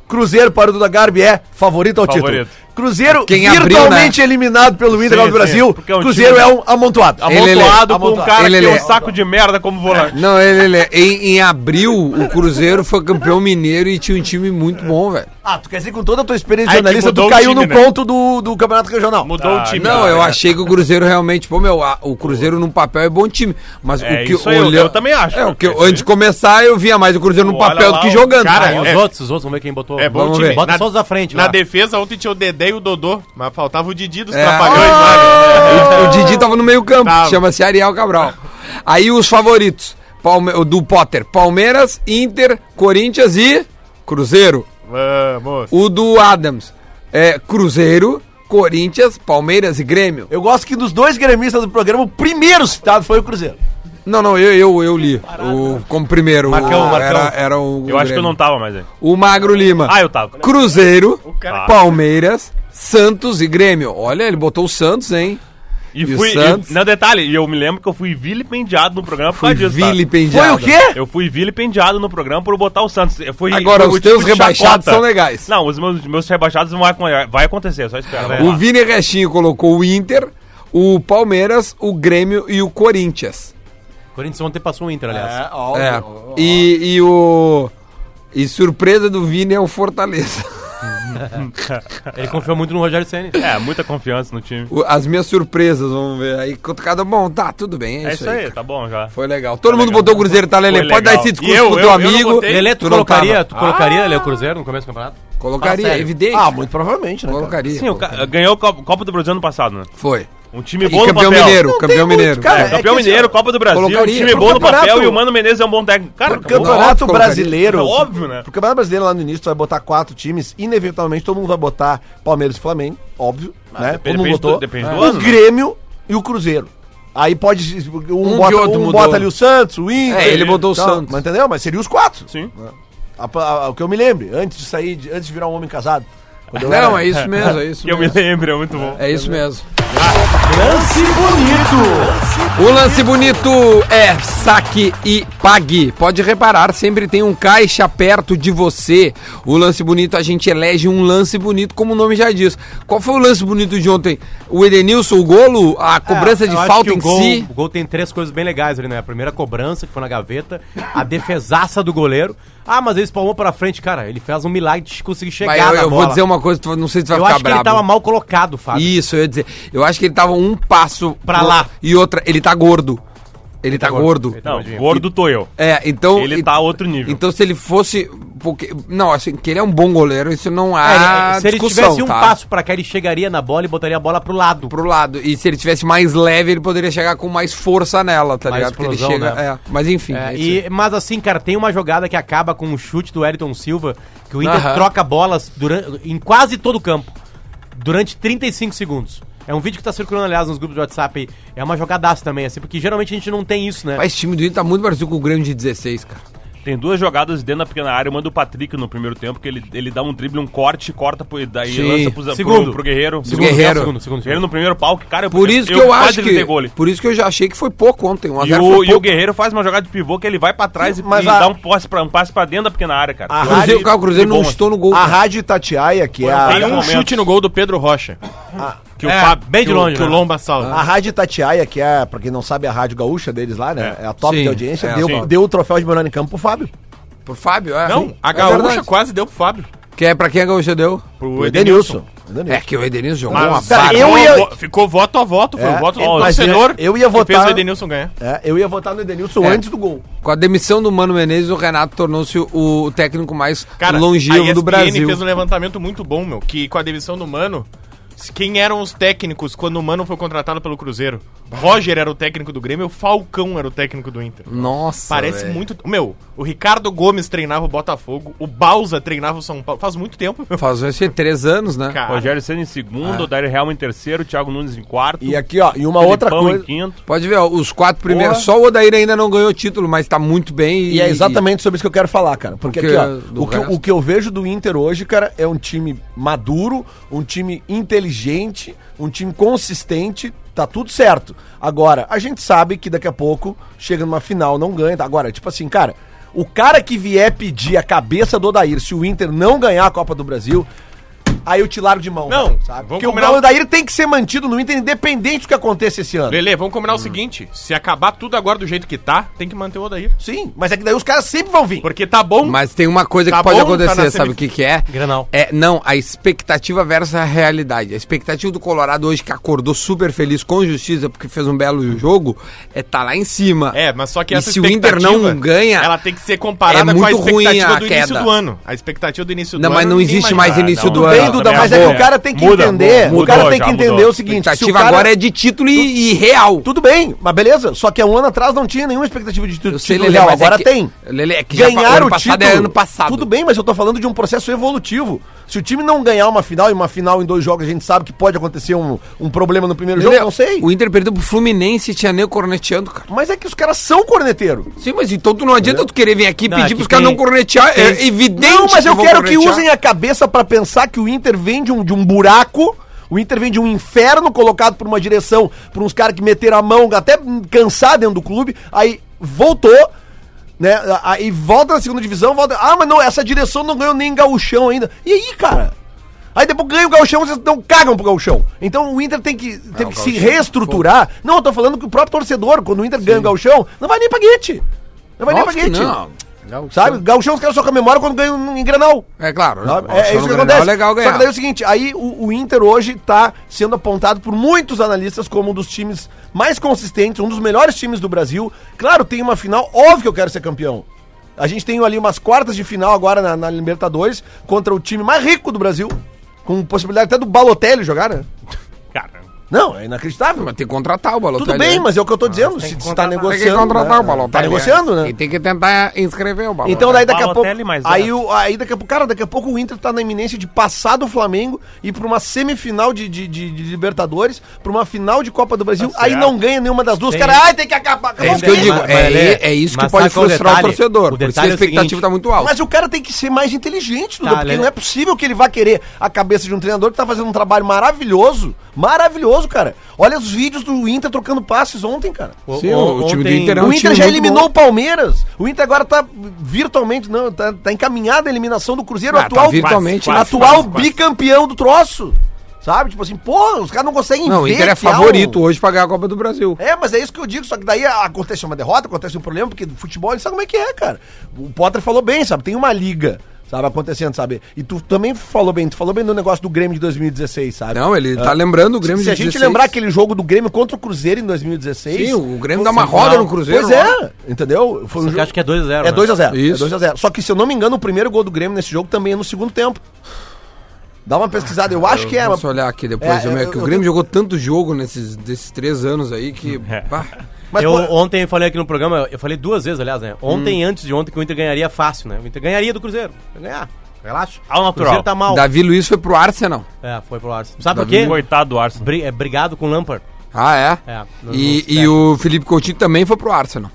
Cruzeiro para o Duda Garbi é favorito ao
Favorito.
título. Cruzeiro
Quem abriu, né?
virtualmente eliminado pelo Inter
Sim,
do Brasil,
sim, porque é um
Cruzeiro
time-
é um amontoado.
Amontoado com um
Amontoado.
cara
Ele,
que
ele
é um
é.
saco de merda como volante.
Não, ele, ele é- em, em abril, o Cruzeiro foi campeão mineiro e tinha um time muito bom, velho.
Ah, tu quer dizer que com toda a tua experiência
Aí que
jornalista, tu
mudou o
caiu
time,
no
né?
ponto do, do Campeonato Regional. Ah.
Mudou
Tá,
o time.
Não,
né?
eu achei que o Cruzeiro realmente, pô, meu, a- o Cruzeiro no papel é bom time, mas
É,
o que
isso aí, eu-
olha-
eu também acho.
É, o que eu- antes de começar eu via mais o Cruzeiro no
Olha
papel
lá,
do que
o
jogando. né?
cara-
E os
é.
outros, os outros, vamos ver quem botou.
É bom
Vamos
time.
ver.
Bota
Na-
só os da frente
Na
lá.
defesa, ontem tinha o Dedé e o Dodô, mas faltava o Didi dos
É.
Trapalhões lá, né?
O, o Didi tava no meio campo,
Tava.
chama-se Ariel Cabral. Aí os favoritos Palme- o do Potter, Palmeiras, Inter, Corinthians e Cruzeiro.
Vamos.
O do Adams é Cruzeiro, Corinthians, Palmeiras e Grêmio.
Eu gosto que dos dois gremistas do programa, o primeiro citado foi o Cruzeiro.
Não, não, eu, eu, eu li. O, como primeiro.
Marcão,
o,
Marcão.
Era, era o,
Eu acho que
Grêmio.
eu não tava mais aí.
O Magro Lima.
Ah, eu tava.
Cruzeiro,
cara-
Palmeiras, Santos e Grêmio. Olha, ele botou o Santos, hein?
E
E o
fui.
Santos?
E, não, detalhe, e eu me lembro que eu fui vilipendiado no programa por
Foi
causa disso. tá?
vilipendiado.
Foi o quê?
Eu fui vilipendiado no programa por botar o Santos. Eu fui,
Agora,
eu
os
fui
teus
tipo de
rebaixados
chacota.
são legais.
Não, os meus, meus rebaixados vão acon- vai acontecer, só né? espera. vai
O
É lá.
Vini Restinho colocou o Inter, o Palmeiras, o Grêmio e o Corinthians.
O Corinthians ontem passou o Inter, aliás.
É. E, e o. E surpresa do Vini é o Fortaleza.
É.
Ele confiou muito no Rogério Ceni.
É, muita confiança no time.
O- As minhas surpresas, vamos ver. Aí, cada bom, tá, tudo bem, é,
É
isso, aí. cara.
tá bom já.
Foi legal. Todo mundo botou o Cruzeiro, tá, Lele?
Foi
Pode dar
legal.
esse discurso
E eu,
pro
eu,
teu
eu não
amigo.
botei.
Lele, é, tu
não
colocaria,
tava. Ah!
tu colocaria Lele, o Cruzeiro no começo do campeonato?
Colocaria,
Fala sério.
evidente.
Ah, muito provavelmente, né? cara?
Colocaria.
Sim, o ca- ganhou a Copa Copa do Brasil ano passado, né?
Foi.
Um time
E
bom no
campeão
papel.
mineiro,
Não tem
campeão
muito,
mineiro.
cara.
É.
É que
Campeão
assim,
mineiro,
ó,
Copa do Brasil, um
colocaria.
time bom no
Campeonato-
papel e o Mano Menezes é um bom técnico. Cara,
Pro
bom.
campeonato
óbvio,
brasileiro.
cara. Óbvio, né?
Pro campeonato brasileiro lá no início, tu vai botar quatro times. Inevitavelmente, todo mundo vai botar Palmeiras e Flamengo, óbvio. né?
depende
todo mundo
do-
botou.
depende do
o
ano, né?
Grêmio e o Cruzeiro. Aí pode. Um,
que
bota,
outro
um
mudou.
bota ali o Santos, o Inter.
É, ele botou o
tal,
Santos.
Mas entendeu? Mas seria os quatro. Né?
Sim.
A- a- o que eu me lembre, antes de sair, de- antes de virar um homem casado. Quando eu
Não,
era-
é isso mesmo, é isso
Que eu me
mesmo.
lembro, é muito bom.
É isso mesmo.
Lance bonito!
O lance bonito é saque e pague. Pode reparar, sempre tem um caixa perto de você. O lance bonito, a gente elege um lance bonito, como o nome já diz. Qual foi o lance bonito de ontem? O Edenilson, o golo, a cobrança
Ah, É, Eu
de
acho
falta
que o
em
gol,
si.
O gol tem três coisas bem legais ali, né? A primeira cobrança, que foi na gaveta, a defesaça do goleiro. Ah, mas ele espalmou pra frente, cara. Ele fez um milagre de conseguir chegar
Mas eu,
na
eu
bola.
vou dizer uma coisa, tu- não sei se tu vai
eu
ficar
acho que ele
brabo.
tava mal colocado, Fábio.
Isso, eu ia dizer. Eu acho que ele tava um passo
Pra
pro-
lá.
E outra, ele tá gordo. Ele, tá, gordo.
Ele tá
Não, gordo tô eu.
É, então.
Ele
e-
tá a outro nível.
Então, se ele fosse. Porque, não, assim, que ele é um bom goleiro, isso não
É, ele-
há.
se ele
discussão,
tivesse um
tá?
passo pra cá, ele chegaria na bola e botaria a bola pro lado.
pro lado. E se ele tivesse mais leve, ele poderia chegar com mais força nela, tá
Mais
ligado? Porque ele
explosão,
chega.
né?
é, mas enfim.
É,
é isso aí.
e, mas assim, cara, tem uma jogada que acaba com um chute do Eriton Silva, que o Inter
Aham.
troca bolas duran- em quase todo o campo, durante 35 segundos. É um vídeo que tá circulando, aliás, nos grupos de WhatsApp aí. É uma jogadaça também, assim, porque geralmente a gente não tem isso, né?
Mas esse time do Inter tá muito parecido com o Grêmio de 16, cara.
Tem duas jogadas dentro da pequena área, uma do Patrick no primeiro tempo, que ele, ele dá um drible, um corte, corta, pro- daí
Sim.
lança pro,
Segundo.
pro, pro Guerreiro.
Segundo, Guerreiro.
Segundo, segundo, segundo. Ele no primeiro pau, que cara...
Por isso que eu,
quase
acho
gritei
que.
gole.
Por isso que eu já achei que foi pouco ontem. Um a
E
zero foi
o, e o
pouco.
Guerreiro faz uma jogada de pivô que ele vai pra trás e,
Mas
e
a-
dá um passe, pra, um passe pra dentro da pequena área, cara.
A
O Cruzeiro, o Cruzeiro não
bom,
estou no gol.
A Rádio Itatiaia, que é
Tem
a,
um
momentos.
chute no gol do Pedro Rocha. Que o
É,
Fábio-
bem de
que o-
longe,
Que o
né?
Lomba salva.
Ah,
a Rádio Itatiaia, que é, pra quem não sabe, a rádio gaúcha deles lá, né? É, a top
Sim,
de audiência,
é,
deu,
sim.
deu o troféu de melhor em campo pro Fábio.
Por Fábio, é.
Ah, Não, a
É
gaúcha
verdade.
quase deu pro Fábio.
Que é pra quem a gaúcha deu?
Pro
É que o Edenilson jogou
Mas,
uma
cara,
barba.
eu
ficou
ia-
vo- Ficou voto a voto, foi
É,
o voto do
é, mas
torcedor.
eu- eu ia
que fez
votar-
o Edenilson ganhar.
É, eu ia votar no Edenilson
É.
antes do gol.
Com a demissão do Mano Menezes, o Renato tornou-se o técnico mais
a
longevo do
ESPN
Brasil.
fez um levantamento muito bom, meu, que com a demissão do Mano, se- quem eram os técnicos quando o Mano foi contratado pelo Cruzeiro? Roger era o técnico do Grêmio, o Falcão era o técnico do Inter.
Nossa.
Parece
velho.
muito. Meu, o Ricardo Gomes treinava o Botafogo, o Balsa treinava o São Paulo. Faz muito tempo, meu.
Faz vai ser três anos, né?
Cara,
Rogério Senna em segundo, Dario Real em terceiro, Thiago Nunes em quarto,
E aqui, ó, e uma outra
Felipão
coisa.
em quinto.
Pode ver, ó, os quatro primeiros. Só o Odair ainda não ganhou título, mas tá muito bem.
E é exatamente sobre isso que eu quero falar, cara. Porque
Porque
aqui, ó,
do
o que, eu-
resto-
o que eu vejo do Inter hoje, cara, é um time maduro, um time inteligente, um time consistente, tá tudo certo. Agora, a gente sabe que daqui a pouco chega numa final, não ganha. tá? Agora, tipo assim, cara, o cara que vier pedir a cabeça do Odair se o Inter não ganhar a Copa do Brasil. Aí eu te largo de mão.
Não,
cara, sabe?
vamos
Porque o
combinar-
Paulo Odair tem que ser mantido no Inter, independente do que aconteça esse ano.
Lele, vamos
Hum.
combinar o seguinte: se acabar tudo agora do jeito que tá, tem que manter o Odair.
Sim, mas é que daí os caras sempre vão vir.
Porque tá bom.
Mas tem uma coisa
Tá
que pode
bom, tá
acontecer,
na
sabe o que, que é?
Grenal.
É, não, a expectativa versus a realidade. A expectativa do Colorado hoje, que acordou super feliz com justiça, porque fez um belo jogo, é tá lá em cima.
É, mas só que
E
essa
se o Inter
expectativa,
não ganha,
ela tem que ser comparada
é
com a
muito ruim
expectativa
a
do início
queda.
do ano. A expectativa do início
Não,
do
mas
ano.
não
ninguém
existe
imagina.
mais início
não,
do
não,
ano.
Bem,
não,
Duda,
também
mas é
mudou.
que o cara tem que
Muda,
entender.
mudou,
o cara tem
já
que entender
mudou.
o
A
seguinte: se o
expectativa
cara-
agora é de título e, e real.
Tudo bem, mas beleza. Só que há um ano atrás não tinha nenhuma expectativa de título.
Eu sei,
título
Lelê,
real,
mas é
agora
que-
tem.
Lelê, é que já
Ganhar
fa- ano
o
passado
título.
é ano passado.
Tudo bem, mas eu tô falando de um processo evolutivo. Se o time não ganhar uma final e uma final em dois jogos, a gente sabe que pode acontecer um, um problema no primeiro jogo,
Lelê,
não sei.
O Inter perdeu pro Fluminense e tinha nem corneteando, cara.
Mas é que os caras são corneteiros.
Sim, mas então tu não adianta tu querer vir aqui
Não,
pedir
é que
pros caras não
tem-
cornetear. É
tem-
evidente
Não, mas eu
vão
quero que
cornetear.
usem a cabeça pra pensar que o Inter vem de um, de um buraco. O Inter vem de um inferno colocado por uma direção, por uns caras que meteram a mão, até cansar dentro do clube. Aí voltou, né? Aí volta na segunda divisão, volta. Ah, mas não, essa direção não ganhou nem gauchão ainda. E aí, cara? Aí depois ganha o gauchão, vocês não cagam pro gauchão. Então o Inter tem que,
É,
tem que se reestruturar. Não, eu tô falando que o próprio torcedor, quando o Inter ganha o gauchão, não vai nem pra guete. Não vai
Óbvio
nem
que
pra guete.
não.
Sabe? Gauchão os caras só comemoram quando ganham em Granal.
É claro.
Sabe?
né?
É, é
Só
isso
no
que
Grenal
acontece.
É legal ganhar.
Só que daí é o seguinte, aí o, o Inter hoje tá sendo apontado por muitos analistas como um dos times mais consistentes, um dos melhores times do Brasil. Claro, tem uma final, óbvio que eu quero ser campeão. A gente tem ali umas quartas de final agora na, na Libertadores contra o time mais rico do Brasil, com possibilidade até do Balotelli jogar, né?
Cara,
Não, é inacreditável.
Mas tem que contratar o Balotelli.
Tudo bem,
né?
mas é o que eu tô dizendo, se, se tá
Tem que
negociando.
contratar
né?
o Balotelli. é.
Tá negociando, né?
E tem que tentar inscrever o Balotelli. é.
Então daí daqui a pouco.
Balotelli mais
Aí,
dez.
o, aí daqui a pouco, cara, daqui a pouco o Inter tá na iminência de passar do Flamengo e ir pra uma semifinal de, de, de- de Libertadores, pra uma final de Copa do Brasil, aí não ganha nenhuma das duas.
Tem-
Cara, ai, tem que acabar.
Tá É
acabou
isso que eu
o
digo.
Mas-
é,
mas é-
é isso que
mas
pode
sabe qual é o
frustrar o
detalhe?
torcedor. Por
O
isso que a
detalhe é o
expectativa
seguinte,
tá muito alta.
Mas o cara tem que ser mais inteligente, Duda,
Tá,
porque
né?
não é possível que ele vá querer a cabeça de um treinador que tá fazendo um trabalho maravilhoso. Maravilhoso, cara. Olha os vídeos do Inter trocando passes ontem, cara.
O,
Sim, o time do Inter é um
O
time
Inter já
muito
eliminou
bom.
o Palmeiras. O Inter agora tá virtualmente, não, tá, tá encaminhada a eliminação do Cruzeiro,
Ah, tá
atual,
virtualmente,
quase,
né?
atual bicampeão do troço. Sabe? Tipo assim, pô, os caras não conseguem
Não, o Inter é
que há um-
favorito hoje pra ganhar a Copa do Brasil.
É, mas é isso que eu digo, só que daí acontece uma derrota, acontece um problema, porque futebol, ele sabe como é que é, cara. O Potter falou bem, sabe? Tem uma liga, sabe, acontecendo, sabe? E tu também falou bem, tu falou bem do negócio do Grêmio de 2016, sabe?
Não, ele tá lembrando o Grêmio
É. Se a gente lembrar aquele jogo do Grêmio contra o Cruzeiro em 2016.
Sim, o Grêmio dá uma roda no Cruzeiro.
Pois é, entendeu? Foi um
Eu
jogo-
acho que é 2x0.
é 2x0.
Isso.
É 2x0. Só que, se eu não me engano, o primeiro gol do Grêmio nesse jogo também é no segundo tempo. Dá uma pesquisada, eu acho que é.
É,
mas-
Posso olhar aqui depois,
É,
é,
eu-
que o
eu-
Grêmio
eu-
jogou tanto jogo nesses desses três anos aí que.
É.
pá.
Mas,
eu,
pô,
ontem eu falei aqui no programa, eu falei duas vezes, aliás,
Hum.
né? Ontem e antes de ontem que o Inter ganharia fácil, né? O Inter ganharia do Cruzeiro. Vai ganhar. Relaxa.
Ao
O Cruzeiro
natural.
tá mal.
Davi Luiz foi pro Arsenal.
É, foi pro Arsenal. Sabe por
Davi
quê?
Coitado do Arsenal.
Bri- é, brigado com o Lampard.
Ah, é?
É, não-
e
não-
e o Felipe Coutinho também foi pro Arsenal.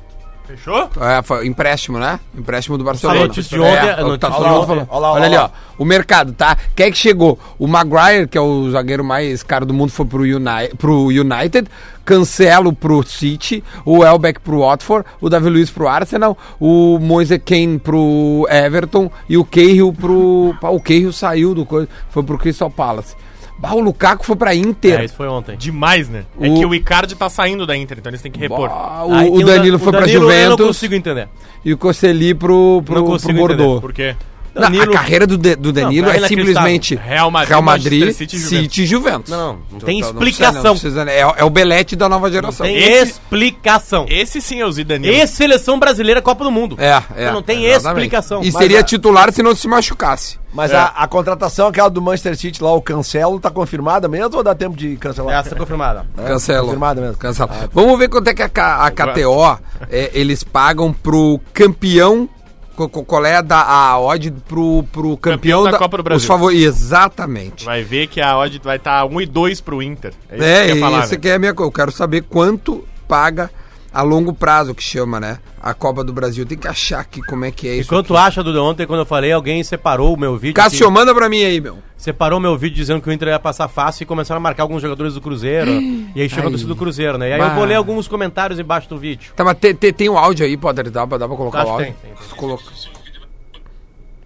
Fechou?
É, foi empréstimo, né? Empréstimo do Barcelona.
A notícia de ontem-
É,
a
o que tá
notícia
todo
de
mundo
ontem-
falando.
olha lá,
Olha
olha
ali,
lá.
ó. O mercado, tá? Quem é que chegou? O Maguire, que é o zagueiro mais caro do mundo, foi pro United, pro United Cancelo pro City, o Elbeck pro Watford, o Davi Luiz pro Arsenal, o Moise Kane pro Everton e o Cahill pro... Pá, O Cahill saiu do... coisa, Foi pro Crystal Palace. Bah, o Lukaku foi pra Inter.
É, isso foi ontem.
Demais, né? É
O-
que o Icardi tá saindo da Inter, então eles têm que repor.
Bah,
Aí tem
o, o Danilo
Dan-
foi
o
pra
Danilo Eu não
Juventus
consigo entender.
e o Cosseli pro, pro,
Não
pro
consigo entender.
Bordeaux.
Por quê?
Não,
Danilo-
a carreira do, De- do Danilo
Não,
é
é
simplesmente
Real Madrid, Manchester
City
City
e
e
Juventus.
Não, não
Tu-
tem
tu- não
explicação.
precisa- não precisa- é, é o belete da nova geração.
Tem
Esse-
explicação.
Esse sim é o Zidanilo.
Ex-seleção brasileira Copa do Mundo.
É, é,
Não tem
exatamente.
explicação.
E
Mas
seria
a-
titular se não se machucasse.
Mas a, a contratação aquela do Manchester City lá, o Cancelo, tá confirmada mesmo ou dá tempo de cancelar?
assim.
Essa é confirmada.
Cancela.
confirmado mesmo.
Cancela. Vamos ver quanto é que a, K- a KTO é, eles pagam pro campeão. co- co- Qual é a, da, a odd pro, pro campeão,
Campeão da Copa do Brasil.
os favor- Exatamente.
Vai ver que a odd vai estar 1 e 2 pro Inter. isso
É,
que eu ia
e
falar,
isso
né?
que é a minha coisa. Eu quero saber quanto paga a longo prazo, que chama, né? A Copa do Brasil. Tem que achar aqui como é que é isso.
Enquanto acha, Duda, ontem quando eu falei, alguém separou o meu vídeo. assim,
Cássio, manda pra mim aí, meu.
separou meu vídeo dizendo que o Inter ia passar fácil e começaram a marcar alguns jogadores do Cruzeiro. e aí chegou a torcida do Cruzeiro, né? E aí eu
Bah.
vou ler alguns comentários embaixo do vídeo.
Tá, mas te- te- tem o áudio aí, Potter? Dá pra, dá pra colocar
Acho
o
que
áudio?
tem, tem, tem.
Se coloca.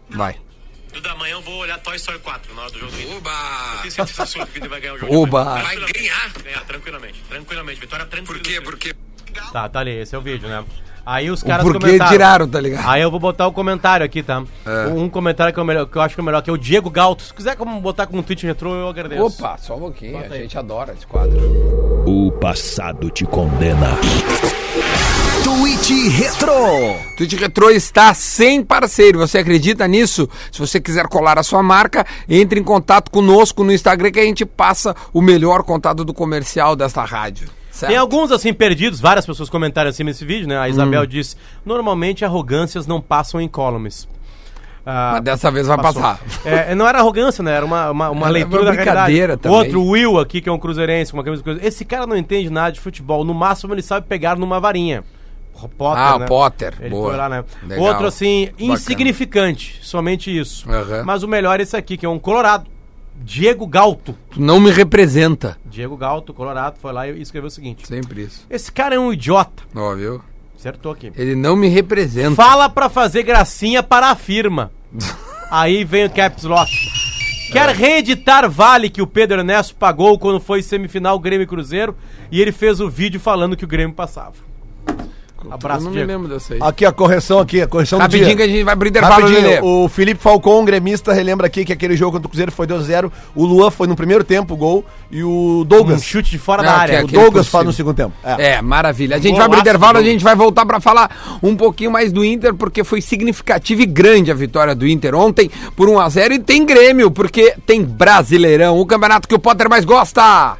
Vai.
Da manhã eu vou olhar Toy Story 4 na hora do jogo. do Inter.
Oba!
Tenho certeza absoluta que o Inter vai ganhar o jogo.
Oba!
Vai ganhar?
Ganhar, tranquilamente. Tranquilamente. Vitória
Por
tranquila.
quê? Porque
Tá, tá ali, esse é o vídeo, né? Aí os
O
caras
porquê tiraram, tá ligado?
Aí eu vou botar o comentário aqui, tá?
É.
Um comentário que eu, melhor, que eu acho que é o melhor, que é o Diego Galto. Se quiser como botar com um tweet retrô, eu agradeço.
Opa, só um pouquinho. A gente adora esse quadro.
O passado te condena.
Twitch Retro!
Twitch Retro está sem parceiro. Você acredita nisso? Se você quiser colar a sua marca, entre em contato conosco no Instagram que a gente passa o melhor contato do comercial desta rádio. Certo?
Tem alguns assim perdidos, várias pessoas comentaram assim nesse vídeo, né? A
Hum.
Isabel diz: normalmente arrogâncias não passam em columns. Ah,
Mas dessa vez vai passar.
É, não era arrogância, né? Era uma, uma, uma
Era
leitura
É, uma
da
brincadeira
realidade.
também.
Outro Will aqui, que é um cruzeirense, com uma camisa do Cruzeiro. Esse cara não entende nada de futebol. No máximo, ele sabe pegar numa varinha. O Potter, né?
Ah, o Potter,
Ele
boa.
foi lá, né?
Legal.
Outro, assim,
Bacana.
insignificante. Somente isso.
Aham.
Mas o melhor é esse aqui, que é um colorado. Diego Galto.
Tu não me representa.
Diego Galto, colorado, foi lá e escreveu o seguinte.
Sempre isso.
Esse cara é um idiota.
Ó, viu?
Acertou aqui.
Ele não me representa.
Fala pra fazer gracinha para a firma. Aí vem o Caps Lock. Quer reeditar vale que o Pedro Ernesto pagou quando foi semifinal Grêmio e Cruzeiro e ele fez o vídeo falando que o Grêmio passava. Abraço,
Eu não me
Diego.
lembro dessa aí.
Aqui a correção aqui, a correção do
Rapidinho
dia.
que a gente vai pro intervalo, Lelê.
Rapidinho, o Felipe Falcon, um gremista, relembra aqui que aquele jogo contra o Cruzeiro foi 2x0. O Luan foi no primeiro tempo, gol. E o
Um
Douglas.
chute de fora
Não,
da
que
área.
é
o
aquele
Douglas
por
faz no
cima.
segundo tempo. É.
É, maravilha. A gente vai pro intervalo, a gente vai voltar pra falar um pouquinho mais do Inter, porque foi significativa e grande a vitória do Inter ontem por 1x0 e tem Grêmio, porque tem Brasileirão, o campeonato que o Potter mais gosta.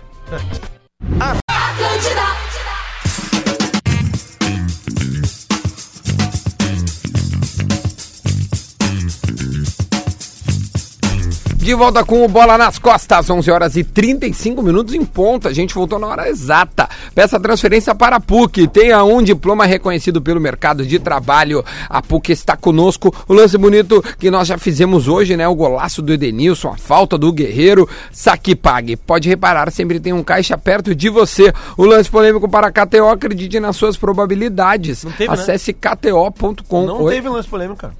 De volta com o Bola nas Costas, 11 horas e 35 minutos em ponta. A gente voltou na hora exata. Peça transferência para a PUC. Tenha um diploma reconhecido pelo mercado de trabalho. A PUC está conosco. O lance bonito que nós já fizemos hoje, né? O golaço do Edenilson, a falta do Guerreiro. Saque e pague. Pode reparar, sempre tem um caixa perto de você. O lance polêmico para a KTO. Acredite nas suas probabilidades.
teve, né?
Acesse kto.com.
Não
Oi?
teve lance polêmico, cara.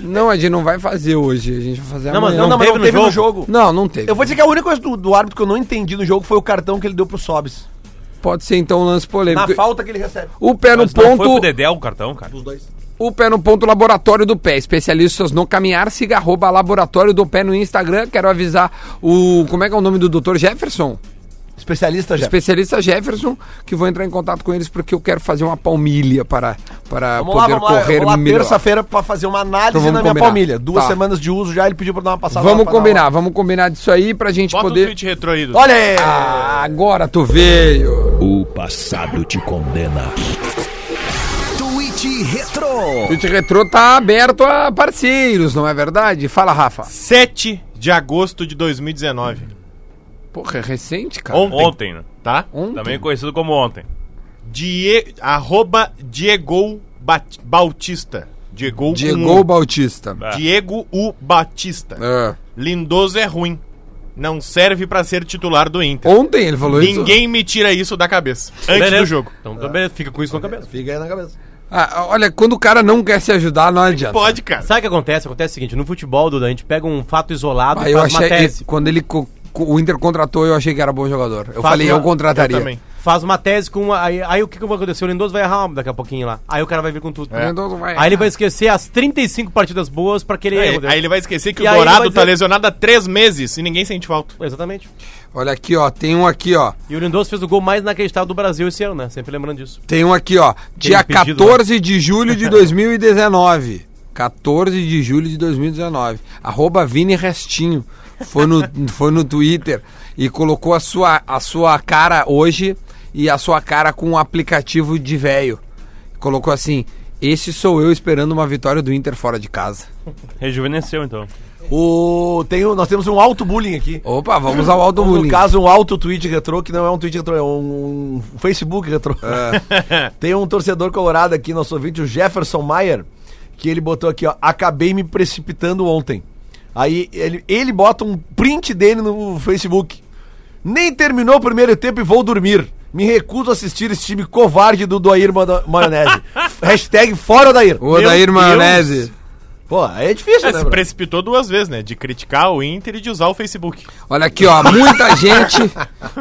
não, a gente não vai fazer hoje. A gente vai fazer
Não, mas
amanhã.
não, teve no jogo?
Não, não teve.
Eu vou dizer que a única coisa do, do árbitro que eu não entendi no jogo foi o cartão que ele deu pro Sobis.
Pode ser então um lance
Na
polêmico.
falta que ele recebe.
O pé Tá no
Mas não foi pro
ponto,
Dedé o cartão, cara.
o pé no ponto laboratório do pé. Especialistas no caminhar, siga arroba laboratório do pé no Instagram. Quero avisar o. Como é que é o nome do doutor Jefferson?
Especialista já.
Especialista Jefferson, que vou entrar em contato com eles porque eu quero fazer uma palmilha para, para
Vamos lá,
poder
vamos lá.
correr
eu vou lá
melhor.
terça-feira pra fazer uma análise
Então vamos
na minha
combinar.
palmilha. Duas
Tá.
semanas de uso já, ele pediu pra dar uma passada. lá
Vamos
pra dar uma-
combinar, vamos combinar disso aí pra gente
Bota o
é poder.
tweet retrô aí, Dudu.
Olha aí!
Ah, agora tu veio.
O passado te condena.
O Twitch Retro tá aberto a parceiros, não é verdade? Fala, Rafa.
7 de agosto de 2019.
Porra, é recente, cara.
Ontem,
Ontem, né?
tá?
Ontem.
Também conhecido como ontem.
Die... Arroba Diego Bat- Bautista. Diego,
Diego
um,
Bautista.
Diego U. Batista.
É.
Lindoso é ruim. Não serve pra ser titular do Inter.
Ontem ele falou isso.
Ninguém me tira isso da cabeça. Antes
Beleza.
do jogo.
Então, tá beleza, fica com isso na cabeça.
Fica aí na cabeça.
Ah, olha, quando o cara não quer se ajudar, não adianta.
Pode, cara.
Sabe o que acontece? Acontece o seguinte, no futebol, Duda, a gente pega um fato isolado
Ah,
e
eu
faz
achei
uma tese.
quando ele co- co- o Inter contratou, eu achei que era bom jogador. Eu
Faz
falei,
uma-
eu contrataria.
Eu também.
Faz uma tese com uma, aí, aí o que, que vai acontecer? O Lindoso vai errar uma daqui a pouquinho lá. Aí o cara vai vir com tudo.
É. O Lindoso vai
Aí ele
errar.
vai esquecer as 35 partidas boas pra aquele
Aí,
erro. dele.
aí ele vai esquecer que
E
o
É, aí ele
Dourado
vai
tá
dizer-
lesionado há três meses e ninguém sente falta.
Exatamente.
Olha aqui, ó. Tem um aqui, ó.
E o Lindoso fez o gol mais inacreditável do Brasil esse ano, né? Sempre lembrando disso.
Tem um aqui, ó. Dia
pedido,
14 de julho de 2019. 14 de julho de 2019. Arroba Vini Restinho. Foi no, foi no Twitter e colocou a sua, a sua cara hoje e a sua cara com um aplicativo de véio. Colocou assim: Esse sou eu esperando uma vitória do Inter fora de casa.
Rejuvenesceu, então.
O, tem, o- nós temos um auto-bullying aqui.
Opa, vamos ao Aldo
Ou, No
Bullying.
caso, um auto-tweet retrô, que não é um tweet retrô, é um Facebook retrô. Tem um torcedor colorado aqui, nosso ouvinte, o Jefferson Maier, que ele botou aqui, ó, acabei me precipitando ontem. Aí ele, ele bota um print dele no Facebook. Nem terminou o primeiro tempo e vou dormir. Me recuso a assistir esse time covarde do Doir Mano- Maionese. Hashtag fora Odair.
O Odair
Meu
Maionese.
Pô, aí é difícil, né?
É, se
bro?
precipitou duas vezes, né? De criticar o Inter e de usar o Facebook.
Olha aqui, ó. Muita gente.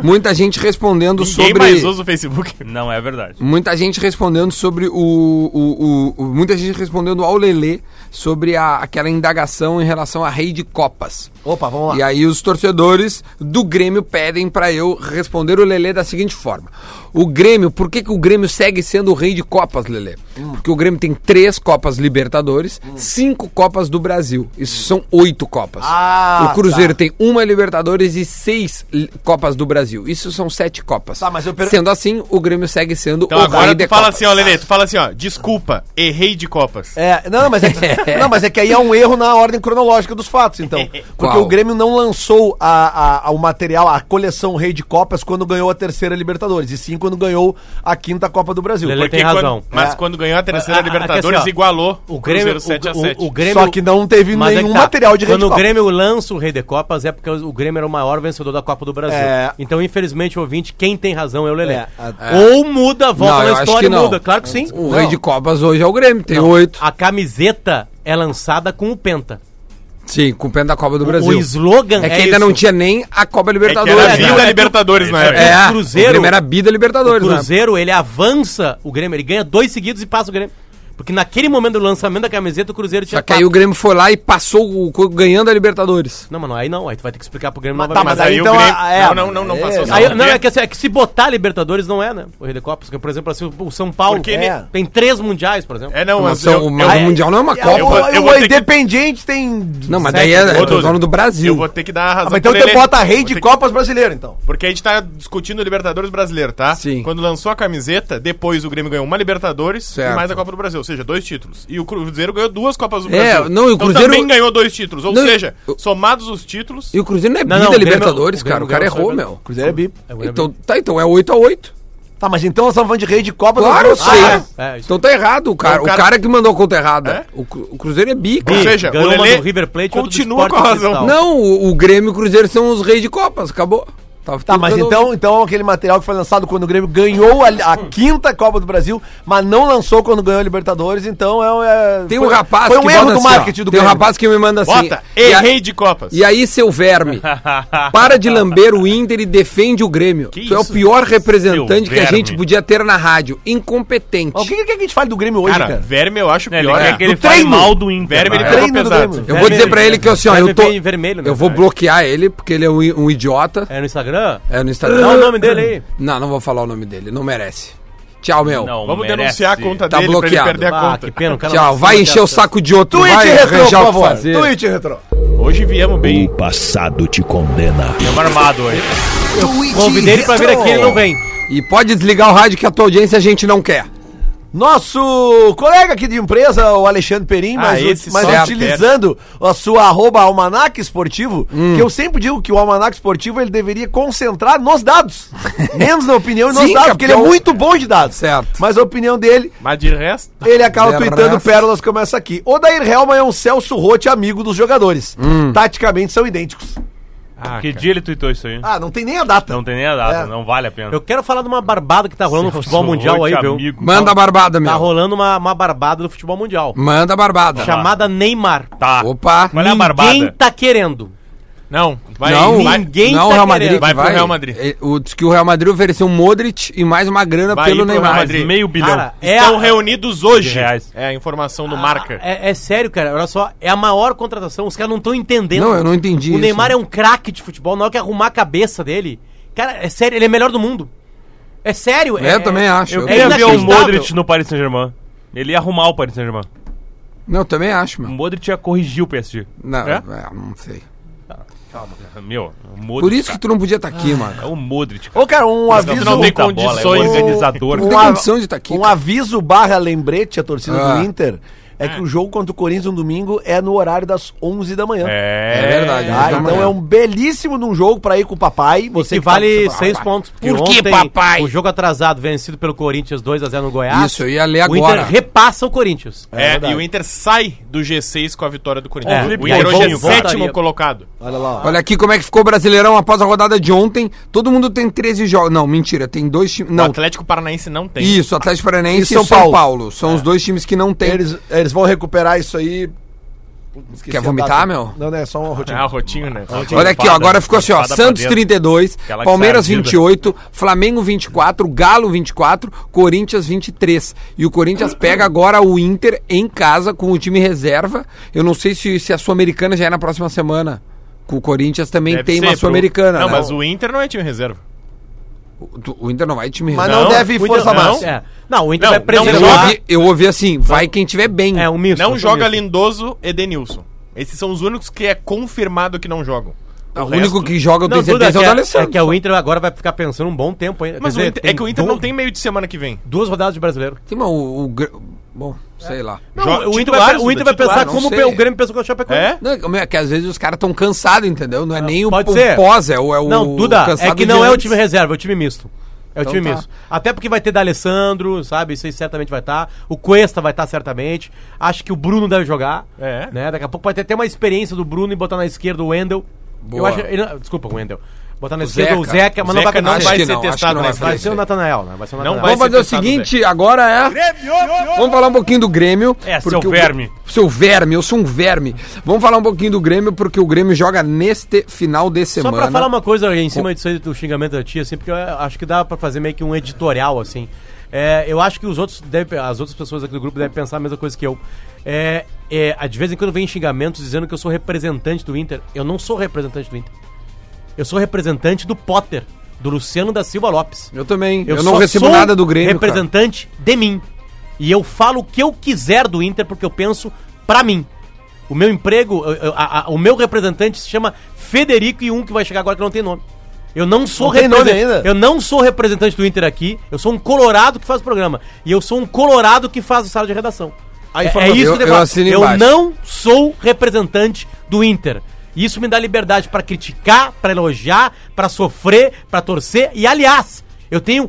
Muita gente respondendo
Ninguém
sobre.
mais usa o Facebook.
Não é verdade.
Muita gente respondendo sobre o. o- o- o- muita gente respondendo ao Lelê sobre a- aquela indagação em relação à rei de Copas.
Opa, vamos lá.
E aí os torcedores do Grêmio pedem pra eu responder o Lelê da seguinte forma. O Grêmio, por que, que o Grêmio segue sendo o rei de Copas, Lelê? Porque o Grêmio tem três Copas Libertadores, cinco Copas do Brasil. Isso são oito Copas.
Ah,
o Cruzeiro
tá.
tem uma Libertadores e seis li- Copas do Brasil. Isso são sete Copas.
Tá, mas eu per-
Sendo assim, o Grêmio segue sendo
Então
o
agora
rei
tu
de
fala
Copas.
assim, ó, Lelê, tu fala assim, ó, desculpa, errei de Copas.
É, não, mas é que, não, mas é que aí é um erro na ordem cronológica dos fatos, então. Porque
Qual?
o Grêmio não lançou a, a- a- o material, a coleção Rei de Copas, quando ganhou a terceira Libertadores, e sim quando ganhou a quinta Copa do Brasil.
Lele- tem
quando-
razão.
mas
É.
quando ganhou a terceira
A- a-
Libertadores,
aqui, assim, ó,
igualou
O Grêmio, o,
Cruzeiro 7x7.
o, o Grêmio,
Só que não teve
Mas é
nenhum
que tá.
material de Rei de
Quando o
Copas.
Grêmio lança o Rei de Copas é porque o Grêmio era o maior vencedor da Copa do Brasil.
É.
Então, infelizmente, ouvinte, quem tem razão é o Lelê.
É, a-
Ou muda,
Não,
volta
eu
na
acho
história e
que não.
muda. Claro que sim.
O
Não. Ah.
rei de Copas hoje é o Grêmio, tem oito.
A camiseta é lançada com o Penta.
Sim, com o pênalti da Copa do
O-
Brasil.
O slogan
É que ainda não tinha nem a Copa
tá
Libertadores.
É era
né?
Vida Libertadores na
É,
época.
É,
O
o
Cruzeiro-
Grêmio era bi da
O
Libertadores, né?
Cruzeiro, ele avança o Grêmio, ele ganha dois seguidos e passa o Grêmio. Porque naquele momento do lançamento da camiseta, o Cruzeiro tinha
Só que aí o
quatro.
Grêmio foi lá e passou o, co- ganhando a Libertadores.
Não, mano, aí não, aí tu vai ter que explicar pro Grêmio
tá, mas
novamente.
aí então
o Grêmio...
a- é,
não, não, não, não
é.
passou.
Aí,
Por
não,
quê?
é que, assim, é que se botar Libertadores não é, né? O Rei de Copas. Porque, por exemplo, assim, o São Paulo
Porque
ele-
tem três mundiais, por exemplo.
É, não,
Mas
mas
são-
eu,
mas
eu-
o Mundial não é uma
É,
Copa.
eu vou-
o
eu
o
vou ter que-
Independente tem.
Não, mas
Sete.
daí é, é do
Ô, Duda,
dono do Brasil.
eu vou ter que dar a razão
Ah, mas então
pro
você
Lelê.
bota Rei
Vou
de
ter que-
Copas brasileiro, então.
Porque a gente tá discutindo o Libertadores brasileiro, tá?
Sim.
Quando lançou a camiseta, depois o Grêmio ganhou uma Libertadores
Certo.
e mais a Copa do Brasil, ou seja, dois títulos. E o Cruzeiro ganhou duas Copas do
É,
Brasil.
não, e o
Então
Cruzeiro-
também ganhou dois títulos, ou
Não, e-
seja,
o-
somados os títulos,
E o Cruzeiro não é bi
Não, não, o
da
Grêmio-
Libertadores,
o Grêmio
cara. O cara
ganhou só
errou,
a
meu.
Cruzeiro é bi.
Então tá, então é 8x8.
Tá, mas então nós Ah, estamos falando de Rei de Copas
Claro,
brasileiro.
sim.
é. É, isso.
então tá errado o cara.
Então
O
o
cara,
cara-
que mandou a conta errada.
É?
O, Cru- o Cruzeiro é bi,
ou
cara.
seja,
ganhou
o
uma
Lelê
do River Plate e outra do
continua
Sport
com a
Cristal.
razão.
Não, o, o Grêmio e o Cruzeiro são os reis de Copas. Acabou.
Tá, mas então, então aquele material que foi lançado quando o Grêmio ganhou a, a quinta Copa do Brasil, mas não lançou quando ganhou a Libertadores, então é, um- é
Tem um
foi-
rapaz
foi um erro
bota
do
assim, ó.
marketing do
Tem um
Grêmio.
rapaz que me manda assim.
Bota,
e a-
errei de Copas.
E aí, seu verme, para de lamber o Inter e defende o Grêmio.
Que
tu é o
isso,
pior representante
seu
que a gente
verme.
podia ter na rádio. Incompetente.
Mas O que, que, a gente fala do Grêmio hoje,
Cara,
cara?
verme eu acho
É, ele
pior.
quer
É.
que ele
do
fale
treino.
mal do Inter.
Verme ele
né?
Treino
pegou
do
pesado.
Grêmio.
Eu vou dizer pra ele que assim, ó,
Verme
eu tô.
vem vermelho, né?
eu vou bloquear ele, porque ele é um, um idiota.
É no Instagram?
É no Instagram.
Dá o nome dele aí.
Não, não vou falar o nome dele. Não merece. Tchau, meu.
Não,
Vamos
merece.
denunciar a conta
Tá
dele
bloqueado.
pra ele perder a
Ah,
conta.
que pena, o cara
Tchau.
não-
Vai encher o saco de outro. vai arranjar o que fazer.
Twitch retrô.
Hoje viemos bem.
O passado te condena.
Tamo armado hoje.
Convidei ele pra vir aqui, ele não vem.
E pode desligar o rádio que a tua audiência a gente não quer.
Nosso colega aqui de empresa, o Alexandre Perim,
Ah,
mas,
esse
mas
só
utilizando a sua arroba almanac esportivo,
Hum.
que eu sempre digo que o almanac esportivo ele deveria concentrar nos dados. Menos na opinião e nos
Sim,
dados,
campeão.
porque ele é muito bom de dados.
Certo.
Mas a opinião dele,
Mas de resto.
ele acaba
De
tweetando
Tá. resto.
pérolas como essa aqui. O Dair Helma é um Celso Rotti amigo dos jogadores.
Hum.
Taticamente são idênticos.
Ah,
Que
cara.
dia ele tweetou isso aí?
Ah, não tem nem a data.
Não tem nem a data,
É.
não vale a pena.
Eu quero falar de uma barbada que tá rolando no futebol mundial aí, viu?
Manda a barbada, meu.
Tá rolando uma, uma barbada do futebol mundial.
Manda a barbada.
Chamada Neymar.
Tá.
Opa.
Qual é a
Ninguém
barbada?
tá querendo.
Não, vai.
não,
vai,
ninguém
não,
tá
o Real Madrid
querendo.
que
Vai pro Real Madrid.
É, o, diz que o Real Madrid ofereceu um Modric e mais uma grana
Vai
pelo
ir pro Real
Neymar.
Mais
Madrid.
meio bilhão.
Cara, é
Estão
a-
reunidos hoje.
De reais.
É a informação do Marca.
É, é sério, cara. Olha só, é a maior contratação. Os caras não estão entendendo.
Não, eu não entendi
O
isso.
Neymar é um craque de futebol. Na hora que arrumar a cabeça dele. Cara, é sério, ele é melhor do mundo. É sério.
É, eu também acho. Eu
é
queria
Ele ver o
inacreditável.
Modric no Paris Saint-Germain. Ele ia arrumar o Paris Saint-Germain.
Não, eu também acho,
O
meu.
Modric ia corrigir o PSG.
Não,
É?
é, não sei.
Meu, o Modric.
Por isso que
cara.
tu não podia estar aqui, mano.
É o Modric.
Ô, cara, um
tu
aviso.
não tem
Puta bola,
condições. né?
é um organizador.
Não tem
a-
condição de estar aqui,
Um
cara.
aviso barra lembrete à torcida
Ah.
do Inter é que o jogo contra o Corinthians no domingo é no horário das 11 da manhã.
É, verdade.
Ah,
não,
então
mas-
é um belíssimo de um jogo pra ir com o papai. Você
que
que tá-
vale seis pontos. porque
Por que,
ontem,
papai?
O jogo atrasado, vencido pelo Corinthians 2x0 no Goiás.
Isso, eu ia ler
O
agora.
Inter repassa o Corinthians.
É,
verdade.
e o Inter sai do G6 com a vitória do
É,
Corinthians. o
Felipe,
Inter
aí
hoje é sétimo
volta- voltaria.
colocado.
Olha lá. ó.
Olha aqui como é que ficou o Brasileirão após a rodada de ontem. Todo mundo tem 13 jogos. Não, mentira, tem dois times.
O
Não,
Atlético Paranaense não tem.
isso, Atlético Paranaense e
E
São,
São
Paulo.
Paulo.
É.
São os dois times que não tem.
Eles, eles vão recuperar isso aí. Esqueci
Quer
a
vomitar,
data.
meu?
Não, não, é só uma rotina.
Ah, rotinho, né?
Olha aqui, ó, agora ficou assim, ó.
Espada
Santos
pra dentro.
32,
Aquela que
Palmeiras
sai ardida.
28, Flamengo 24, Galo 24, Corinthians 23. E o Corinthians pega agora o Inter em casa com o time reserva. Eu não sei se, se a Sul-Americana já é na próxima semana. Com o Corinthians também
Deve
tem
ser
uma
pro-
Sul-Americana.
Não,
né?
mas o Inter não é time reserva.
o... o Inter não vai time
Mas
reserva.
não,
Não,
deve
O Inter-
força
não.
mais.
É. Não, o Inter
Não,
vai
não
Eu
joga.
preservar.
ouvi, eu ouvi assim, vai quem tiver bem.
É, um misto.
não
um
joga
misto.
Lindoso, Edenilson. Esses são os únicos que é confirmado que não jogam.
o único que joga, eu
Não,
tenho
Duda,
certeza, é o
é que,
do
a-
Alessandro.
é que o Inter agora vai ficar pensando um bom tempo ainda.
Mas
Quer
o
dizer,
Inter- é que o Inter
du-
não tem meio de semana que vem.
Duas rodadas de brasileiro.
Tem uma- o, o gr- Bom, sei lá.
Joga-
o, Inter
titulares,
vai,
Duda,
o Inter vai
titulares.
pensar
não
como
sei.
o Grêmio pensou com o Chapecoense.
É?
Não, é que às vezes os caras estão cansados, entendeu? Não é nem o,
pode
o
ser.
pós, é o, é o
Não, Duda, é
cansado de
que não é o
antes.
time reserva, é o time misto. É o
Então
time
tá.
misto. Até porque vai ter D'Alessandro, sabe? Isso aí certamente vai estar. O Cuesta vai estar certamente. Acho que o Bruno deve jogar.
É.
Né? Daqui a pouco vai ter até uma experiência do Bruno e botar na esquerda o Wendel. Eu
Boa.
acho, ele não- desculpa, o Wendel. Botar na
O
esquerda o
Zeca.
Zeca, mas
Zeca
não vai
não
acho
vai
que
ser
não, acho
testado
que não
nessa
vai
Vai
lista.
ser o Nathanael, né? Vai ser o Nathanael.
vai
Vamos fazer o
testado,
seguinte, agora é... Vamos falar um pouquinho do Grêmio.
É, seu
porque o-
verme.
seu verme, eu sou um verme. Vamos falar um pouquinho do Grêmio, porque o Grêmio joga neste final de
Só
semana.
pra falar uma coisa em cima disso aí do xingamento da tia, assim, porque eu acho que dá pra fazer meio que um editorial, assim. É, eu acho que os outros devem- as outras pessoas aqui do grupo devem pensar a mesma coisa que eu. É, é, de vez em quando vem xingamentos dizendo que eu sou representante do Inter. Eu não sou representante do Inter. Eu sou representante do Potter, do Luciano da Silva Lopes.
Eu também, eu,
só
não recebo
sou
nada do Grêmio, cara.
representante de mim. E eu falo o que eu quiser do Inter porque eu penso pra mim. O meu emprego, eu- eu- a- a- o meu representante se chama Federico e um que vai chegar agora que não tem nome. Eu não sou
Não tem nome
represent-
ainda?
Eu não sou representante do Inter aqui. Eu sou um colorado que faz o programa e eu sou um colorado que faz o sala de redação.
A
É- é,
informação-
isso
Eu-
que eu,
eu
falar.
assino
eu
embaixo.
não sou representante do Inter. Isso me dá liberdade pra criticar, pra elogiar, pra sofrer, pra torcer. E aliás, eu tenho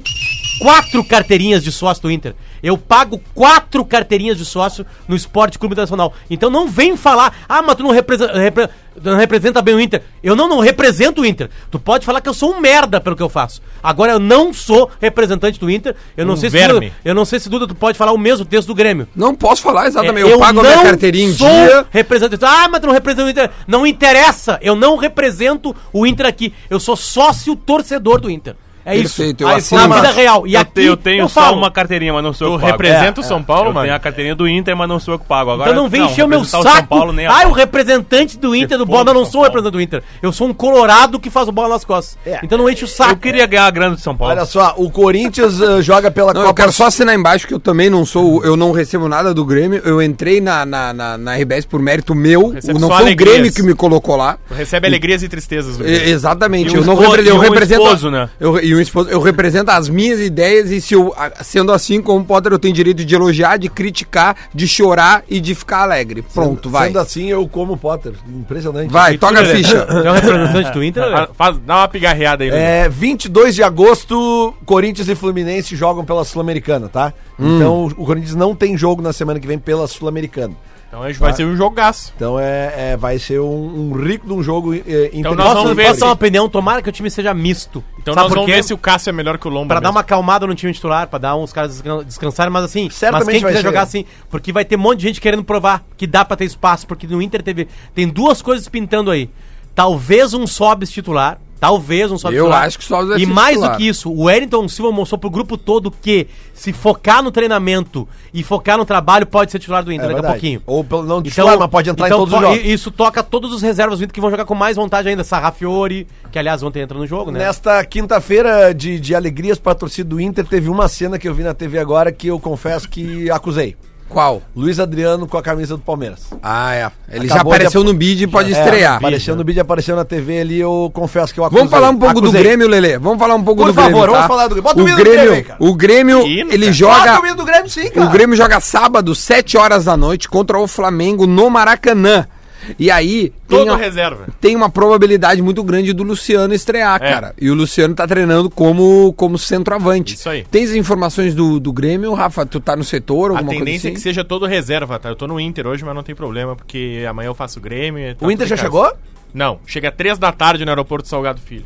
quatro carteirinhas de sócio do Inter. Eu pago quatro carteirinhas de sócio no Esporte Clube Internacional. Então não vem falar, ah, mas tu não representa, repre- não representa bem o Inter. Eu não, não represento o Inter. Tu pode falar que eu sou um merda pelo que eu faço. Agora eu não sou representante do Inter. Eu não
Um
sei se
verme.
Duda, eu não sei se Duda tu pode falar o mesmo texto do Grêmio.
Não posso falar
É,
exatamente, eu, pago a minha carteirinha em
sou
dia.
representante. Ah, mas tu não representa o Inter. Não interessa. Eu não represento o Inter aqui. Eu sou sócio torcedor do Inter. É
Perfeito,
isso.
eu
Aí,
assino
na vida
embaixo.
real. E
eu,
aqui
te- eu tenho
eu
só
falo. Então
uma carteirinha, mas não sou
Tu
eu que pago.
representa o
É,
São Paulo,
eu
mano?
tenho a carteirinha do Inter, mas não sou eu que pago. Agora,
Então não vem encher o meu
representar
saco.
São Paulo, nem é
ah, eu
agora.
representante do Inter do
foda,
bola, mas não
São
sou
Paulo.
representante do Inter. Eu sou um colorado que faz o bola nas costas.
É.
Então não enche o saco.
Eu queria ganhar a grana do São Paulo.
Olha só, o Corinthians eh, joga pela
Não, eu
Copa
quero só assinar embaixo que eu também não sou, eu não recebo nada do Grêmio. Eu entrei na, na, na, na RBS por mérito meu.
Recebe
não
só
foi
alegrias.
o Grêmio que me colocou lá.
Recebe alegrias e tristezas do
E- exatamente,
E um
eu não
esposo-
repre- eu
e um
represento.
esposo, né?
eu, e o um expo- Eu represento as minhas ideias e se eu, a- sendo assim como Potter, eu tenho direito de elogiar, de criticar, de chorar e de ficar alegre. Pronto, vai.
Sendo assim, eu como Potter. Impressionante.
Vai, toca a ficha.
é um representante do Inter,
Ah, faz- dá uma pigarreada aí. Lelê.
É, 22 de agosto, Corinthians e Fluminense jogam pela Sul-Americana, tá?
Hum.
Então, o Corinthians não tem jogo na semana que vem pela Sul-Americana.
Então hoje vai ser um jogaço.
Então, é, é, vai ser um, um rico de um jogo é, interessante.
nós vamos
Posso,
ver
posso dar
se-
uma opinião? Tomara que o time seja misto.
Então
Sabe
nós
por
vamos
quê?
ver se o Cássio é melhor que o Lomba.
Pra dar
mesmo.
uma acalmada no time titular, pra dar uns caras descan- descansarem, mas assim,
Certamente
mas quem
vai
quiser
ser.
jogar assim, porque vai ter um monte de gente querendo provar que dá pra ter espaço, porque no Inter teve. Tem duas coisas pintando aí. Talvez um Sobis titular. Talvez um Sobis
Eu
titular.
acho que o Sobis vai
E
ser
mais
titular.
do que isso, o Wellington Silva mostrou pro grupo todo que se focar no treinamento e focar no trabalho, pode ser titular do Inter
É
daqui a
verdade.
pouquinho.
Ou pelo- não titular, mas pode entrar em todos os
to-
jogos.
i- Isso toca todos os reservas do Inter que vão jogar com mais vontade ainda. Sarrafiori, que aliás ontem entra no jogo, né?
Nesta quinta-feira de, de alegrias pra torcida do Inter, teve uma cena que eu vi na TV agora que eu confesso que acusei.
Qual?
Luiz Adriano com a camisa do Palmeiras.
Ah, é. Ele
Acabou
já apareceu
de-
no bid e pode
É,
estrear.
Apareceu no vídeo, apareceu na TV ali, eu confesso que eu acusei.
Vamos falar um pouco
Acusei.
do Grêmio, Lelê. Vamos falar um pouco
Por
do Grêmio.
favor, vamos falar do Grêmio. Bota o
o
hino do Grêmio aí,
Grêmio.
cara.
O Grêmio,
Que hino,
ele
cara.
joga.
Bota o hino do Grêmio sim, cara.
O Grêmio joga sábado, 7 horas da noite, contra o Flamengo no Maracanã. E aí. tem
Todo
a-
reserva.
Tem uma probabilidade muito grande do Luciano estrear,
É.
cara. E o Luciano tá treinando como, como centroavante.
Isso aí.
Tens informações do, do Grêmio, Rafa? Tu tá no setor,
A
alguma coisa
tendência
assim?
é que seja todo reserva, tá? Eu tô no Inter hoje, mas não tem problema, porque amanhã eu faço Grêmio. tá
O Inter
tudo em
já
casa.
chegou?
Não, chega três da tarde no aeroporto Salgado Filho.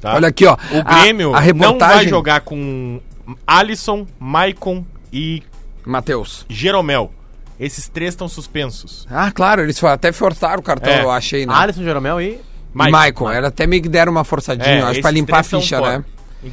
Tá?
Olha aqui, ó.
O Grêmio
a, a
não
reportagem...
vai jogar com Alisson, Maicon e
Matheus.
Jeromel. Esses três estão suspensos.
Ah, claro, eles fo- até forçaram o cartão,
É.
eu achei, né?
Alisson Jeromel e.
Michael, era até meio que deram uma forçadinha, eu acho,
É, esses
pra limpar a
três tão
ficha,
fora.
né?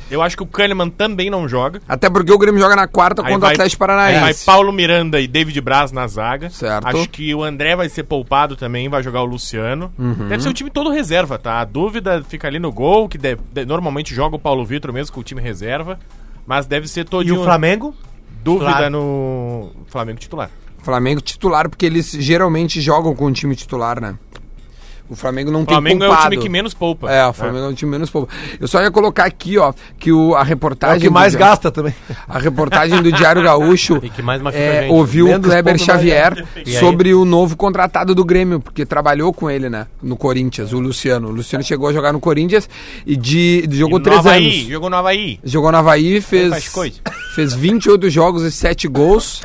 Eu acho que o Kahneman também não joga.
Até porque o Grêmio joga na quarta
Aí
contra o Atlético
aí vai
Paranaense.
Paulo Miranda e David Braz na zaga.
Certo.
Acho que o André vai ser poupado também, vai jogar o Luciano.
Uhum.
Deve ser o time todo reserva, tá? A dúvida fica ali no gol, que de- de- normalmente joga o Paulo Vitor mesmo com o time reserva. Mas deve ser
E
todinho.
o Flamengo?
Dúvida
Claro.
no Flamengo titular.
Flamengo titular, porque eles geralmente jogam com o time titular, né? O Flamengo não
O Flamengo
tem
é o
culpado.
time que menos poupa.
É, o Flamengo é um time menos povo. Eu só ia colocar aqui, ó, que o, a
É
reportagem.
o que
do
mais
Di-
gasta também.
A reportagem do Diário Gaúcho
E que mais machuca a
é,
gente.
ouviu o
Menos
Kleber
ponto mais
Xavier
E aí?
sobre o novo contratado do Grêmio, porque trabalhou com ele, né? No Corinthians, o Luciano. O Luciano chegou a jogar no Corinthians e de, jogou
É. E no
três
Havaí,
anos.
Jogou no Havaí.
Jogou na Havaí, fez,
faz coisa.
fez 28 jogos e 7 gols.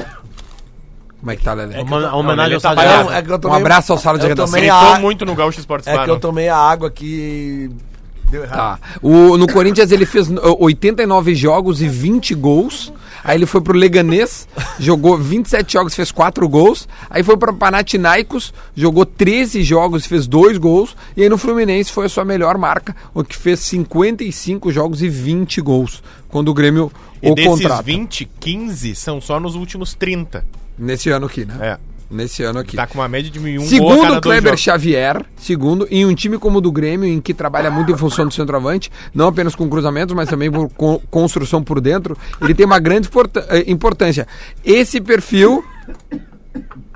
Como é que tá, Lelê?
Uma, a homenagem ao
Não, ele
Sala
tá
de
bravo.
Redação.
é que eu
Um
tomei-
abraço ao Sala de
eu
Redação.
tomei
Gritou
a-
muito no Gaúcho Sports
É
Bar,
que eu
né?
tomei a água que deu
Tá.
errado.
O, no Corinthians ele fez ó, 89 jogos e 20 gols. Aí ele foi pro Leganês, jogou 27 jogos, fez 4 gols. Aí foi pro Panathinaikos, jogou 13 jogos e fez 2 gols. E aí no Fluminense foi a sua melhor marca, o que fez 55 jogos e 20 gols. Quando o Grêmio
E
o
desses
contrata.
20, 15 são só nos últimos 30.
Nesse ano aqui, né?
É.
Nesse ano aqui.
Tá com uma média de um gol a
Segundo
cada
o
dois
Kleber
jogos.
Xavier, segundo, em um time como o do Grêmio, em que trabalha muito em função do centroavante, não apenas com cruzamentos, mas também por con- construção por dentro, ele tem uma grande importa- eh, importância. Esse perfil.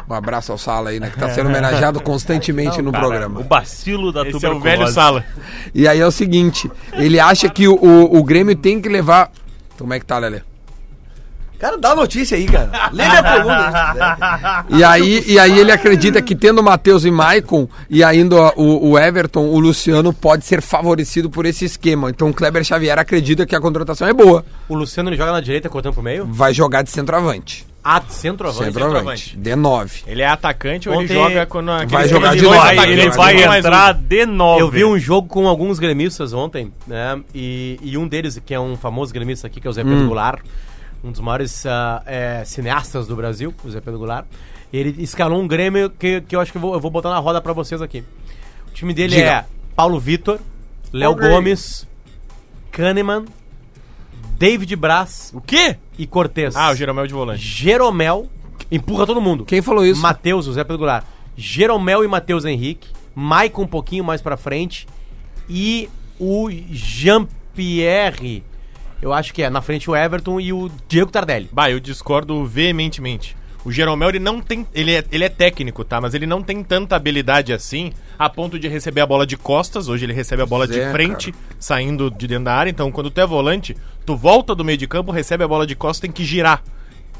Um abraço ao Sala aí, né? Que tá sendo homenageado constantemente no
Cara,
programa.
O bacilo da
Esse é o
tuberculose.
velho Sala.
E aí é o seguinte: ele acha que o, o- o Grêmio tem que levar. Como é que tá, Lele?
Cara, dá notícia aí, cara. Lê minha pergunta.
E aí, e aí ele acredita que tendo Matheus e Maicon e ainda o, o Everton, o Luciano pode ser favorecido por esse esquema. Então o Kleber Xavier acredita que a contratação é boa.
O Luciano ele joga na direita, cortando pro meio.
Vai jogar de centroavante.
Ah, centroavante.
Centroavante. De 9.
Ele é atacante ou ele
Ontem-
joga quando aquele
Vai
esquema
jogar de
Ele
dois
vai,
atacantes,
ele
né?
vai
com mais um.
entrar de novo.
Eu vi um jogo com alguns gremistas ontem, né? E, e um deles, que é um famoso gremista aqui, que é
Hum.
o Zé Pedro Goulart, um dos maiores ah, eh, cineastas do Brasil, o Zé Pedro Goulart. Ele escalou um Grêmio que, que eu acho que eu vou, eu vou botar na roda pra vocês aqui. O time dele
Diga.
é Paulo Vitor, Léo Gomes, Kahneman, David Braz
O quê?
e Cortez.
Ah, o Jeromel de volante.
Jeromel empurra todo mundo.
Quem falou isso?
Matheus, o Zé Pedro Goulart. Jeromel e Matheus Henrique. Maicon um pouquinho mais pra frente. E o Jean-Pierre. Eu acho que é. Na frente o Everton e o Diego Tardelli.
Bah, eu discordo veementemente. O Jeromel, ele não tem. Ele é, ele é técnico, tá? Mas ele não tem tanta habilidade assim a ponto de receber a bola de costas. Hoje ele recebe a bola
Pois é,
de frente, saindo de dentro da área. Então, quando tu é volante, tu volta do meio de campo, recebe a bola de costas, tem que girar.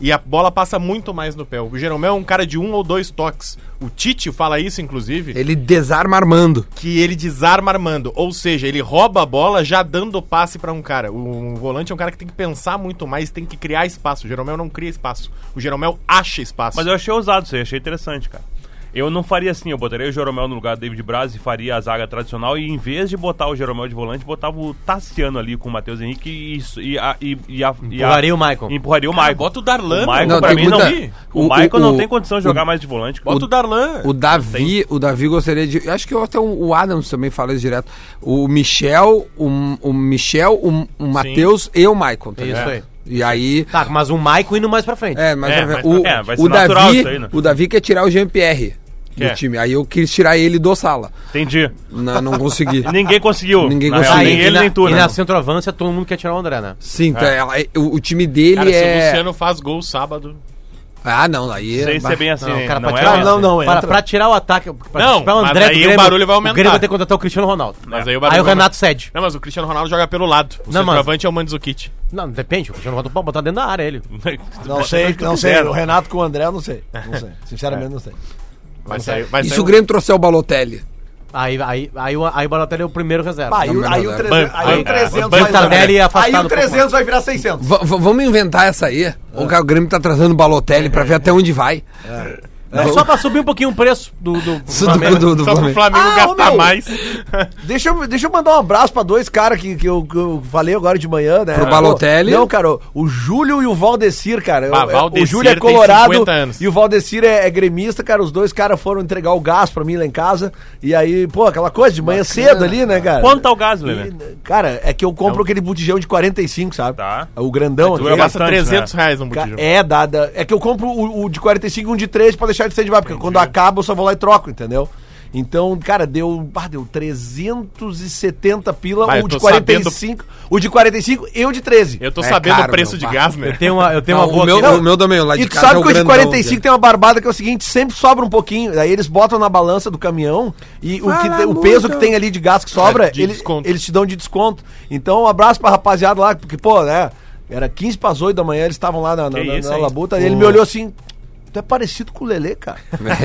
E a bola passa muito mais no pé. O Jeromel é um cara de um ou dois toques. O Tite fala isso, inclusive
Ele desarma armando.
que ele desarma armando. Ou seja, ele rouba a bola já dando passe pra um cara. O, o volante é um cara que tem que pensar muito mais, tem que criar espaço. O Jeromel não cria espaço. O Jeromel acha espaço.
Mas é eu achei ousado isso aí, achei interessante, cara. Eu não faria assim, eu botaria o Jeromel no lugar do David Braz e faria a zaga tradicional e em vez de botar o Jeromel de volante, botava o Tassiano ali com o Matheus Henrique e, isso- e, a, e, e a- e a-
Empurraria o Maicon.
Empurraria o Maicon.
bota o Darlan,
O Maicon
Não,
pra
tem
mim
muita-
não. O,
o-
Maicon
o-
não tem condição de
o-
jogar mais de volante.
Bota o, Darlan.
O Davi, o Davi gostaria de. eu Acho que até o o Adams também fala isso direto. O Michel, o, o Michel, o, o Matheus e o Maicon. Tá
Isso
ligado?
aí.
E aí.
Tá, mas o Maicon indo mais pra frente.
É, mas
É,
a-
mas-
o,
é, vai ser
o
natural
Davi,
isso aí, né?
o Davi quer tirar o Jean-Pierre do
Quer.
time. Aí eu quis tirar ele do sala.
Entendi.
Não, não consegui.
E ninguém conseguiu.
Ninguém
Na
conseguiu.
real,
Ah,
nem
e
ele,
na,
nem tu,
e
né?
na centroavança todo mundo quer tirar o André, né?
Sim, tá, ela- o, o time dele
Cara, se o
é.
Luciano faz gol sábado.
Ah, não, aí.
Não sei se é bem assim.
Não,
né?
cara,
não
pra
é
tirar,
bem
não,
assim.
não,
Para,
entra.
pra tirar o ataque, pra
Não,
tirar o
mas
André
aí o barulho vai aumentar.
O Grêmio vai ter que contratar o Cristiano Ronaldo. É.
Mas aí o
aí
barulho
o
vai
Renato cede.
Não, mas o Cristiano Ronaldo joga pelo lado. O
Não, mas-
centroavante é o Mandzukic.
Não, depende, o Cristiano Ronaldo pode botar dentro da área ele.
Não sei, não sei. O Renato com o André, eu não sei. Não sei. Sinceramente, não sei.
Vai sair, vai
E
sair
se é o
um-
Grêmio trouxer o Balotelli?
Aí, aí, aí, o- aí o Balotelli é o primeiro reserva.
Bah, aí, o- aí o 300, aí o
Ban-
300
Ban-
vai virar-
Tardelli afastado
Aí o
um pouco
300 vai virar 600.
V- v- vamos inventar essa aí. O cara- O Grêmio tá trazendo o Balotelli pra ver até onde vai.
É só pra subir um pouquinho o preço do, do, do
Isso do-
Flamengo.
do- do
Só pro
Flamengo.
Flamengo tá
Ah, ô,
gastar
meu.
mais.
Deixa eu, deixa eu mandar um abraço pra dois caras que, que, eu, que eu falei agora de manhã, né?
Pro Balotelli.
Pô, Não, cara, o- o Júlio e o Valdecir, cara. Eu-
Ah,
eu-
Valdecir
o Júlio é
tem
colorado
50 anos.
e o Valdecir é, é gremista, cara. Os dois caras foram entregar o gás pra mim lá em casa. E aí, pô, aquela coisa de manhã cedo ali, né, cara?
Quanto tá o gás, Lelê?
E, Cara, é que eu compro aquele botijão de 45, sabe?
Tá.
O grandão.
tu
aquele.
é
Gasta
bastante,
300 reais no
Ca-
botijão.
É, dá, dá. É que eu compro o, o de 45 e um de 3 pra deixar de ser de bar, porque quando acaba eu só vou lá e troco, entendeu? Então, cara, deu, bah, deu 370 pila,
Vai, eu
o de
tô
45, o de 45 e o de 13.
Eu tô
É
sabendo
caro,
o preço
meu,
de
bah.
gás, né?
Tem uma, eu tenho
Não,
uma boa
o, meu,
aqui.
o meu também, o lá de
E tu
casa
sabe
é o
que o de
grandão,
45 tem uma barbada que é o seguinte, sempre sobra um pouquinho, aí eles botam na balança do caminhão e o, que
Fala
tem- o peso
muito.
que tem ali de gás que sobra,
É, de
ele-
desconto.
eles te dão de desconto. Então, um abraço pra rapaziada lá, porque, pô, né, era 15 para 8 da manhã, eles estavam lá na, na,
Que
na-
isso,
na
hein?
labuta, e ele me olhou assim, tu é parecido com o Lelê, cara.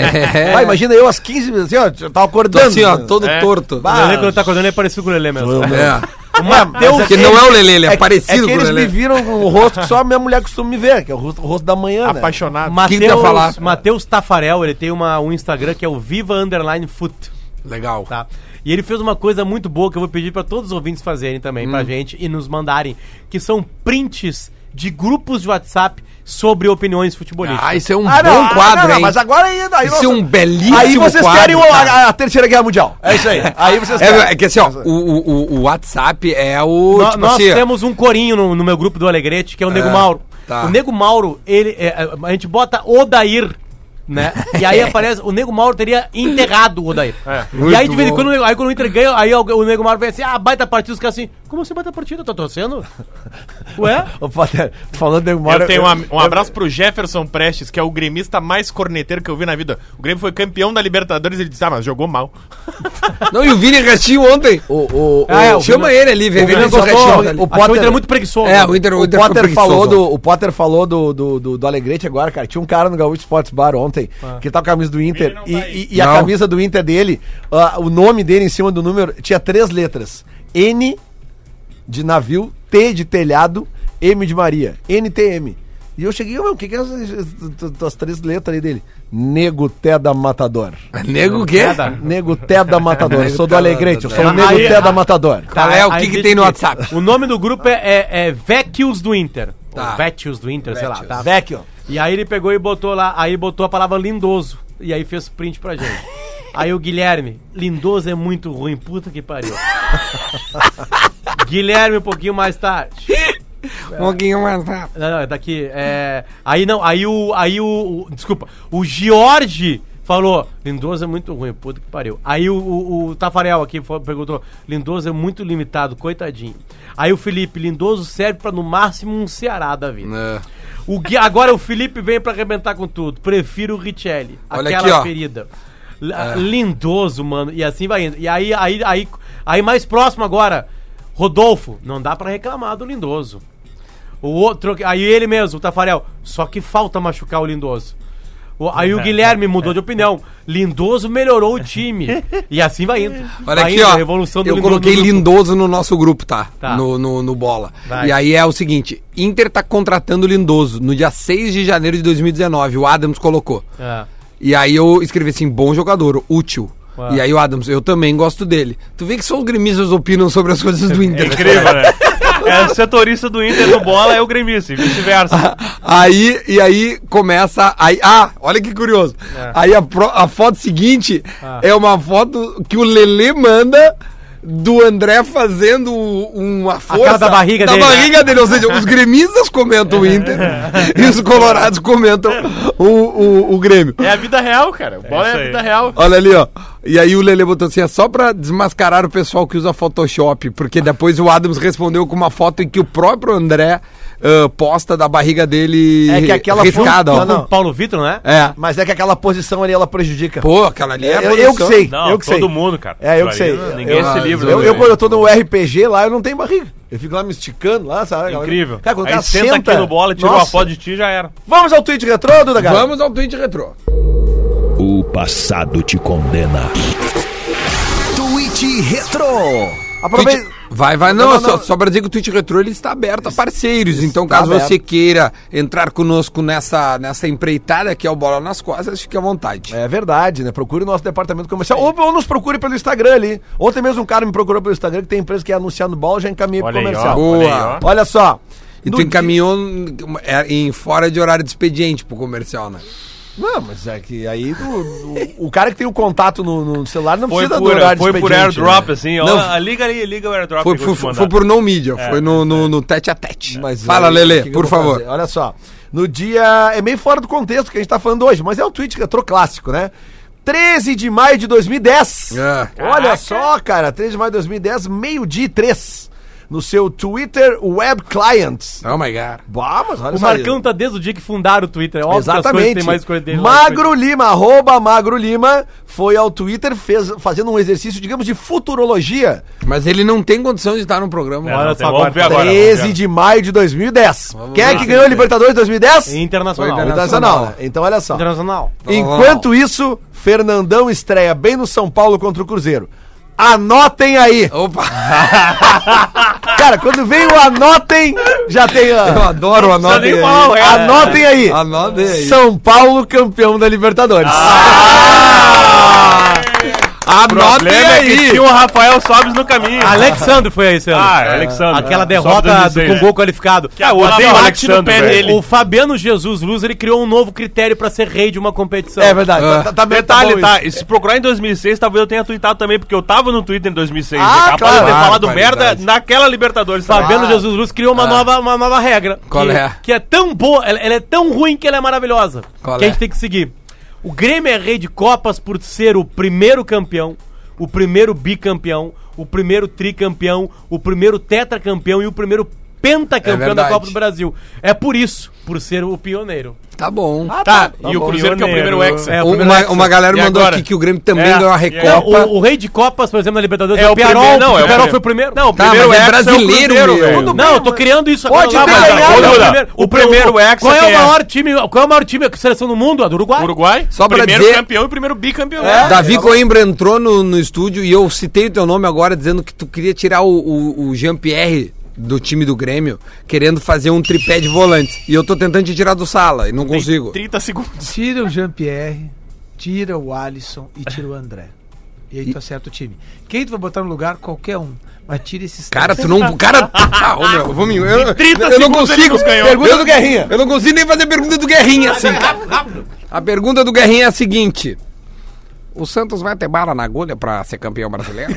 É.
Ah, imagina eu às 15, minutos, assim, ó, eu tava
Tô
acordando.
assim, ó, todo
É.
torto.
O
Bah,
Lelê, quando tá acordando, ele é parecido com o Lelê mesmo.
É.
O
um
Matheus
Que não é o Lelê, ele é, parecido
que
com o
eles me
Lelê.
viram com o rosto que só a minha mulher costuma me ver, que é o rosto, o rosto da manhã, né?
Apaixonado.
que que tu ia falar?
Matheus Matheus Tafarel, ele tem uma, um Instagram que é o Viva Underline Foot.
Legal. Ah,
Tá? E ele fez uma coisa muito boa que eu vou pedir pra todos os ouvintes fazerem também
Hum.
pra gente e nos mandarem, que são prints de grupos de WhatsApp sobre opiniões futebolísticas.
Ah, isso é um
Ah,
bom
não, ah,
quadro,
não, não,
hein?
mas agora aí... aí
Isso é
nós-
um belíssimo
Aí vocês
quadro,
querem o-
cara.
a, a Terceira Guerra Mundial. É isso aí. Aí vocês querem.
É, é que assim, ó, o, o, o- o WhatsApp é o.
Nó-
tipo
nós
assim,
temos um corinho no, no meu grupo do Alegrete, que é o Nego Mauro.
tá.
O Nego Mauro, ele, é, é, a gente bota Odair, né? E aí aparece, o Nego Mauro teria enterrado o Odair. E aí, de vez em
bom.
quando, o Nego- aí quando o Inter ganha, aí o, o Nego Mauro vem assim, ah, baita partida, os caras assim, como você baita partida? Tá torcendo? Ué?
Ô, Potter, falando de memória.
Eu tenho um, am- um abraço pro Jefferson Prestes, que é o gremista mais corneteiro que eu vi na vida. O Grêmio foi campeão da Libertadores e ele disse: Ah, mas jogou mal.
Não, e o Vini Restinho ontem.
O, o,
Ah, é,
o,
o
Chama ele ali, vê.
o
Vini
Vini
Restinho.
Restinho,
ali.
o
Achou
Potter-
o Inter muito preguiçoso.
É,
né?
o Inter, o
o
Inter
Potter
preguiçoso
falou
ontem.
do, o Potter falou do, do, do, do Alegrete agora, cara. Tinha um cara no Gaúcho Sports Bar ontem
Ah.
que tá com a camisa do Inter e, e- e a
Não.
camisa do Inter dele, ah, o nome dele em cima do número tinha três letras: N de navio, T de telhado, M de Maria, NTM. E eu cheguei, "Meu, o que, que é essas, essas- essas três letras aí dele? Nego Té da Matador.
Nego o quê?
É,
Nego Té da Matador. Eu sou do
Té da
Alegrete, eu sou o
Matador.
Nego
Aí-
Té da Matador.
Qual é? O
aí
que que
diz
tem no WhatsApp?
O nome do grupo é, é, é Vecchios do Inter.
Tá.
Ou Vecchios do Inter, sei lá. Tá?
Vecchio.
E aí ele pegou e botou lá, aí botou a palavra lindoso. E aí fez print pra gente. Aí o Guilherme, lindoso é muito ruim, puta que pariu. Guilherme, um pouquinho mais tarde.
Moguinho WhatsApp.
Não, não, é daqui. É... Aí não, aí o. Aí o, o- Desculpa. O Jorge falou: Lindoso é muito ruim, puta que pariu. Aí o, o, o Tafarel aqui fa- perguntou: Lindoso é muito
É.
limitado, coitadinho. Aí o Felipe, Lindoso serve pra no máximo um Ceará da vida. O Gui- agora o Felipe vem pra arrebentar com tudo. Prefiro o Richelli.
Olha
aquela
aqui, ó. É.
ferida. L- Lindoso, mano. E assim vai indo. E aí, aí, aí, aí mais próximo agora. Rodolfo, não dá pra reclamar do Lindoso. O outro, aí ele mesmo, o Tafarel. Só que falta machucar o Lindoso. O- aí o Guilherme mudou de opinião. Lindoso melhorou o time. E assim vai indo.
Olha
Vai
aqui,
indo,
ó.
a revolução do
eu
Lindoso
coloquei
no grupo.
Lindoso no nosso grupo, tá?
Tá.
No, no, no bola.
Vai.
E aí é o seguinte: Inter tá contratando Lindoso no dia 6 de janeiro de 2019. O Adams colocou.
É.
E aí eu escrevi assim: bom jogador, útil.
Uau.
E aí o Adams, eu também gosto dele. Tu vê que só os gremistas opinam sobre as coisas do Inter.
Incrível, né? É setorista do Inter do bola é o gremista, e vice-versa.
Aí, e aí começa. Aí, ah, olha que curioso.
É.
Aí a, pro- a foto seguinte
Ah.
é uma foto que o Lelê manda do André fazendo u- uma força.
da barriga dele, né?
barriga dele, Ou seja, os gremistas comentam o Inter e os colorados comentam o, o, o Grêmio.
É a vida real, cara. O bola é,
isso
a
aí.
vida real.
Olha ali, ó. E aí o Lele botou assim, é só pra desmascarar o pessoal que usa Photoshop, porque depois o Adams respondeu com uma foto em que o próprio André ah, posta da barriga dele
É que aquela foto-
riscada, ó.
Não, não.
Paulo Vitor, né?
É.
Mas é que aquela posição ali, ela prejudica.
Pô, aquela ali é
Eu-
a
eu
produção.
que sei.
Não,
eu que
todo
sei.
mundo, cara.
É, eu que
Aí, né?
sei.
Ninguém
Eu-
se livra.
Eu,
do-
eu, quando eu tô no RPG lá, eu não tenho barriga. Eu fico lá me esticando lá, sabe?
Incrível.
Cara, quando o
Aí
cara
senta, aqui no bola, tira uma
Nossa.
foto de ti e já era.
Vamos ao tweet retrô, Duda Garbi?
Vamos ao tweet retrô.
O passado te condena.
Tweet Retro.
Aproveita.
Tweet- Vai, vai, não,
Não, não,
só,
não.
só pra dizer que o Twitch Retro ele está aberto a parceiros. Então,
Está
caso você
aberto.
queira entrar conosco nessa, nessa empreitada que é o Bola nas Costas, fique à vontade.
É verdade, né? Procure o nosso departamento comercial. Ou, ou nos procure pelo Instagram ali. Ontem mesmo um cara me procurou pelo Instagram que tem empresa que é anunciar no bola, já encaminhei pro
Olha aí, ó.
comercial.
Olha
Boa.
aí, ó.
Olha só.
E
No
tu
dia-
encaminhou em, em- fora de horário de expediente pro comercial, né?
Não, mas é que aí o- o, o cara que tem o contato no, no celular não
Foi
precisa
por,
do horário de
foi por
expediente,
airdrop,
né?
assim. ó,
Não,
ah, liga ali, liga o airdrop.
Foi,
que eu vou
foi,
te
foi,
mandar.
por no mídia, foi no, no, no tete a tete.
Mas
Fala,
aí,
Lelê,
o que que eu
por
vou
favor.
fazer? Olha só. No dia. É meio fora do contexto que a gente tá falando hoje, mas é o tweet que entrou clássico, né? 13 de maio de 2010.
É.
Olha só, cara. 13 de maio de 2010, meio-dia 3. No seu Twitter Web Clients.
Oh my god.
Bah, mas olha
O
só aí.
Marcão tá desde o dia que fundaram o Twitter. É óbvio que as coisas
Exatamente.
têm mais coisa dele. lá no Twitter.
Magro Lima, arroba Magro Lima, foi ao Twitter fez, fazendo um exercício, digamos, de futurologia.
Mas ele não tem condição de estar no programa.
É, não,
Olha
tem-
só
vamos
agora.
ver agora. vamos ver
13 de maio de 2010. Quem é
lá.
que ganhou a Libertadores 2010?
Internacional.
Foi
Internacional.
Internacional.
né? Então, olha só.
Internacional.
Enquanto isso, Fernandão estreia bem no São Paulo contra o Cruzeiro. Anotem aí!
Opa,
Cara, quando vem o anotem, já tem.
eu
A...
adoro a nota.
nem falar o resto.
Anotem aí!
A nota É. aí.
São Paulo campeão da Libertadores. Ah!
A nota
O Ah! problema é que
aí.
tinha o Rafael Sobes no caminho.
Alexandre foi aí, senhor.
Ah, é, Alexandre.
Aquela
Só
derrota
2016,
do, com
né?
gol qualificado.
Ah, eu odeio o
Bate
Alexandre,
no pé
velho.
dele. O Fabiano Jesus Luz, ele criou um novo critério pra ser rei de uma competição.
É verdade.
Ah.
Tá, tá,
Detalhe,
tá,
tá? E se procurar em 2006, talvez eu tenha tweetado também, porque eu tava no Twitter em 2006.
Ah,
é capaz de eu ter
claro,
falado
barbaridade.
merda naquela Libertadores. também.
Fabiano Jesus Luz criou uma, nova, uma nova regra.
Qual
que,
é?
Que é tão boa, ela, ela é tão ruim que ela é maravilhosa.
Qual
que a gente
é?
tem que seguir. O Grêmio é rei de Copas por ser o primeiro campeão, o primeiro bicampeão, o primeiro tricampeão, o primeiro tetracampeão e o primeiro pentacampeão da
verdade.
Copa do Brasil. É por isso, por ser o pioneiro.
Tá bom.
Tá, e o Cruzeiro que é o
Pioneiro.
primeiro ex.
Ah, É, o primeiro
uma,
Hexa.
uma galera
E
mandou
agora?
aqui que o Grêmio também
É,
ganhou a
e
Recopa.
Não, o, o rei de Copas, por exemplo, na Libertadores
É o
Pearol,
primeiro- não,
porque
é
o
o
Perol
primeiro.
foi o primeiro.
Não, o
Tá,
primeiro
mas é
ex
brasileiro,
é o Cruzeiro,
meu.
velho.
Tudo
Não, eu tô criando isso
Pode
agora.
ter
mas
ganhado,
agora é o
Duda.
primeiro-
O primeiro
o-
Hexa
Qual é
que
o
é-
maior time? Qual é o maior time a seleção do mundo? A do Uruguai?
Uruguai,
Só pra
primeiro
dizer- É.
campeão e primeiro bicampeão. É.
Davi Coimbra entrou no, no estúdio e eu citei o teu nome agora dizendo que tu queria tirar o, o- o Jean-Pierre do time do Grêmio, querendo fazer um tripé de volante. E eu tô tentando te tirar do sala e não consigo.
30 segundos.
Tira o Jean-Pierre, tira o Alisson e tira o André. E aí tu acerta o time. Quem tu vai botar no lugar? Qualquer um. Mas tira esses
Cara,
três.
tu não. Cara. Ah, ô, meu, vamos, eu, eu,
30
eu não
segundos ele
consigo.
nos ganhou.
Pergunta do Guerrinha. Eu não consigo nem fazer a pergunta do Guerrinha assim. cara. A pergunta do Guerrinha é a seguinte: O Santos vai ter bala na agulha pra ser campeão brasileiro?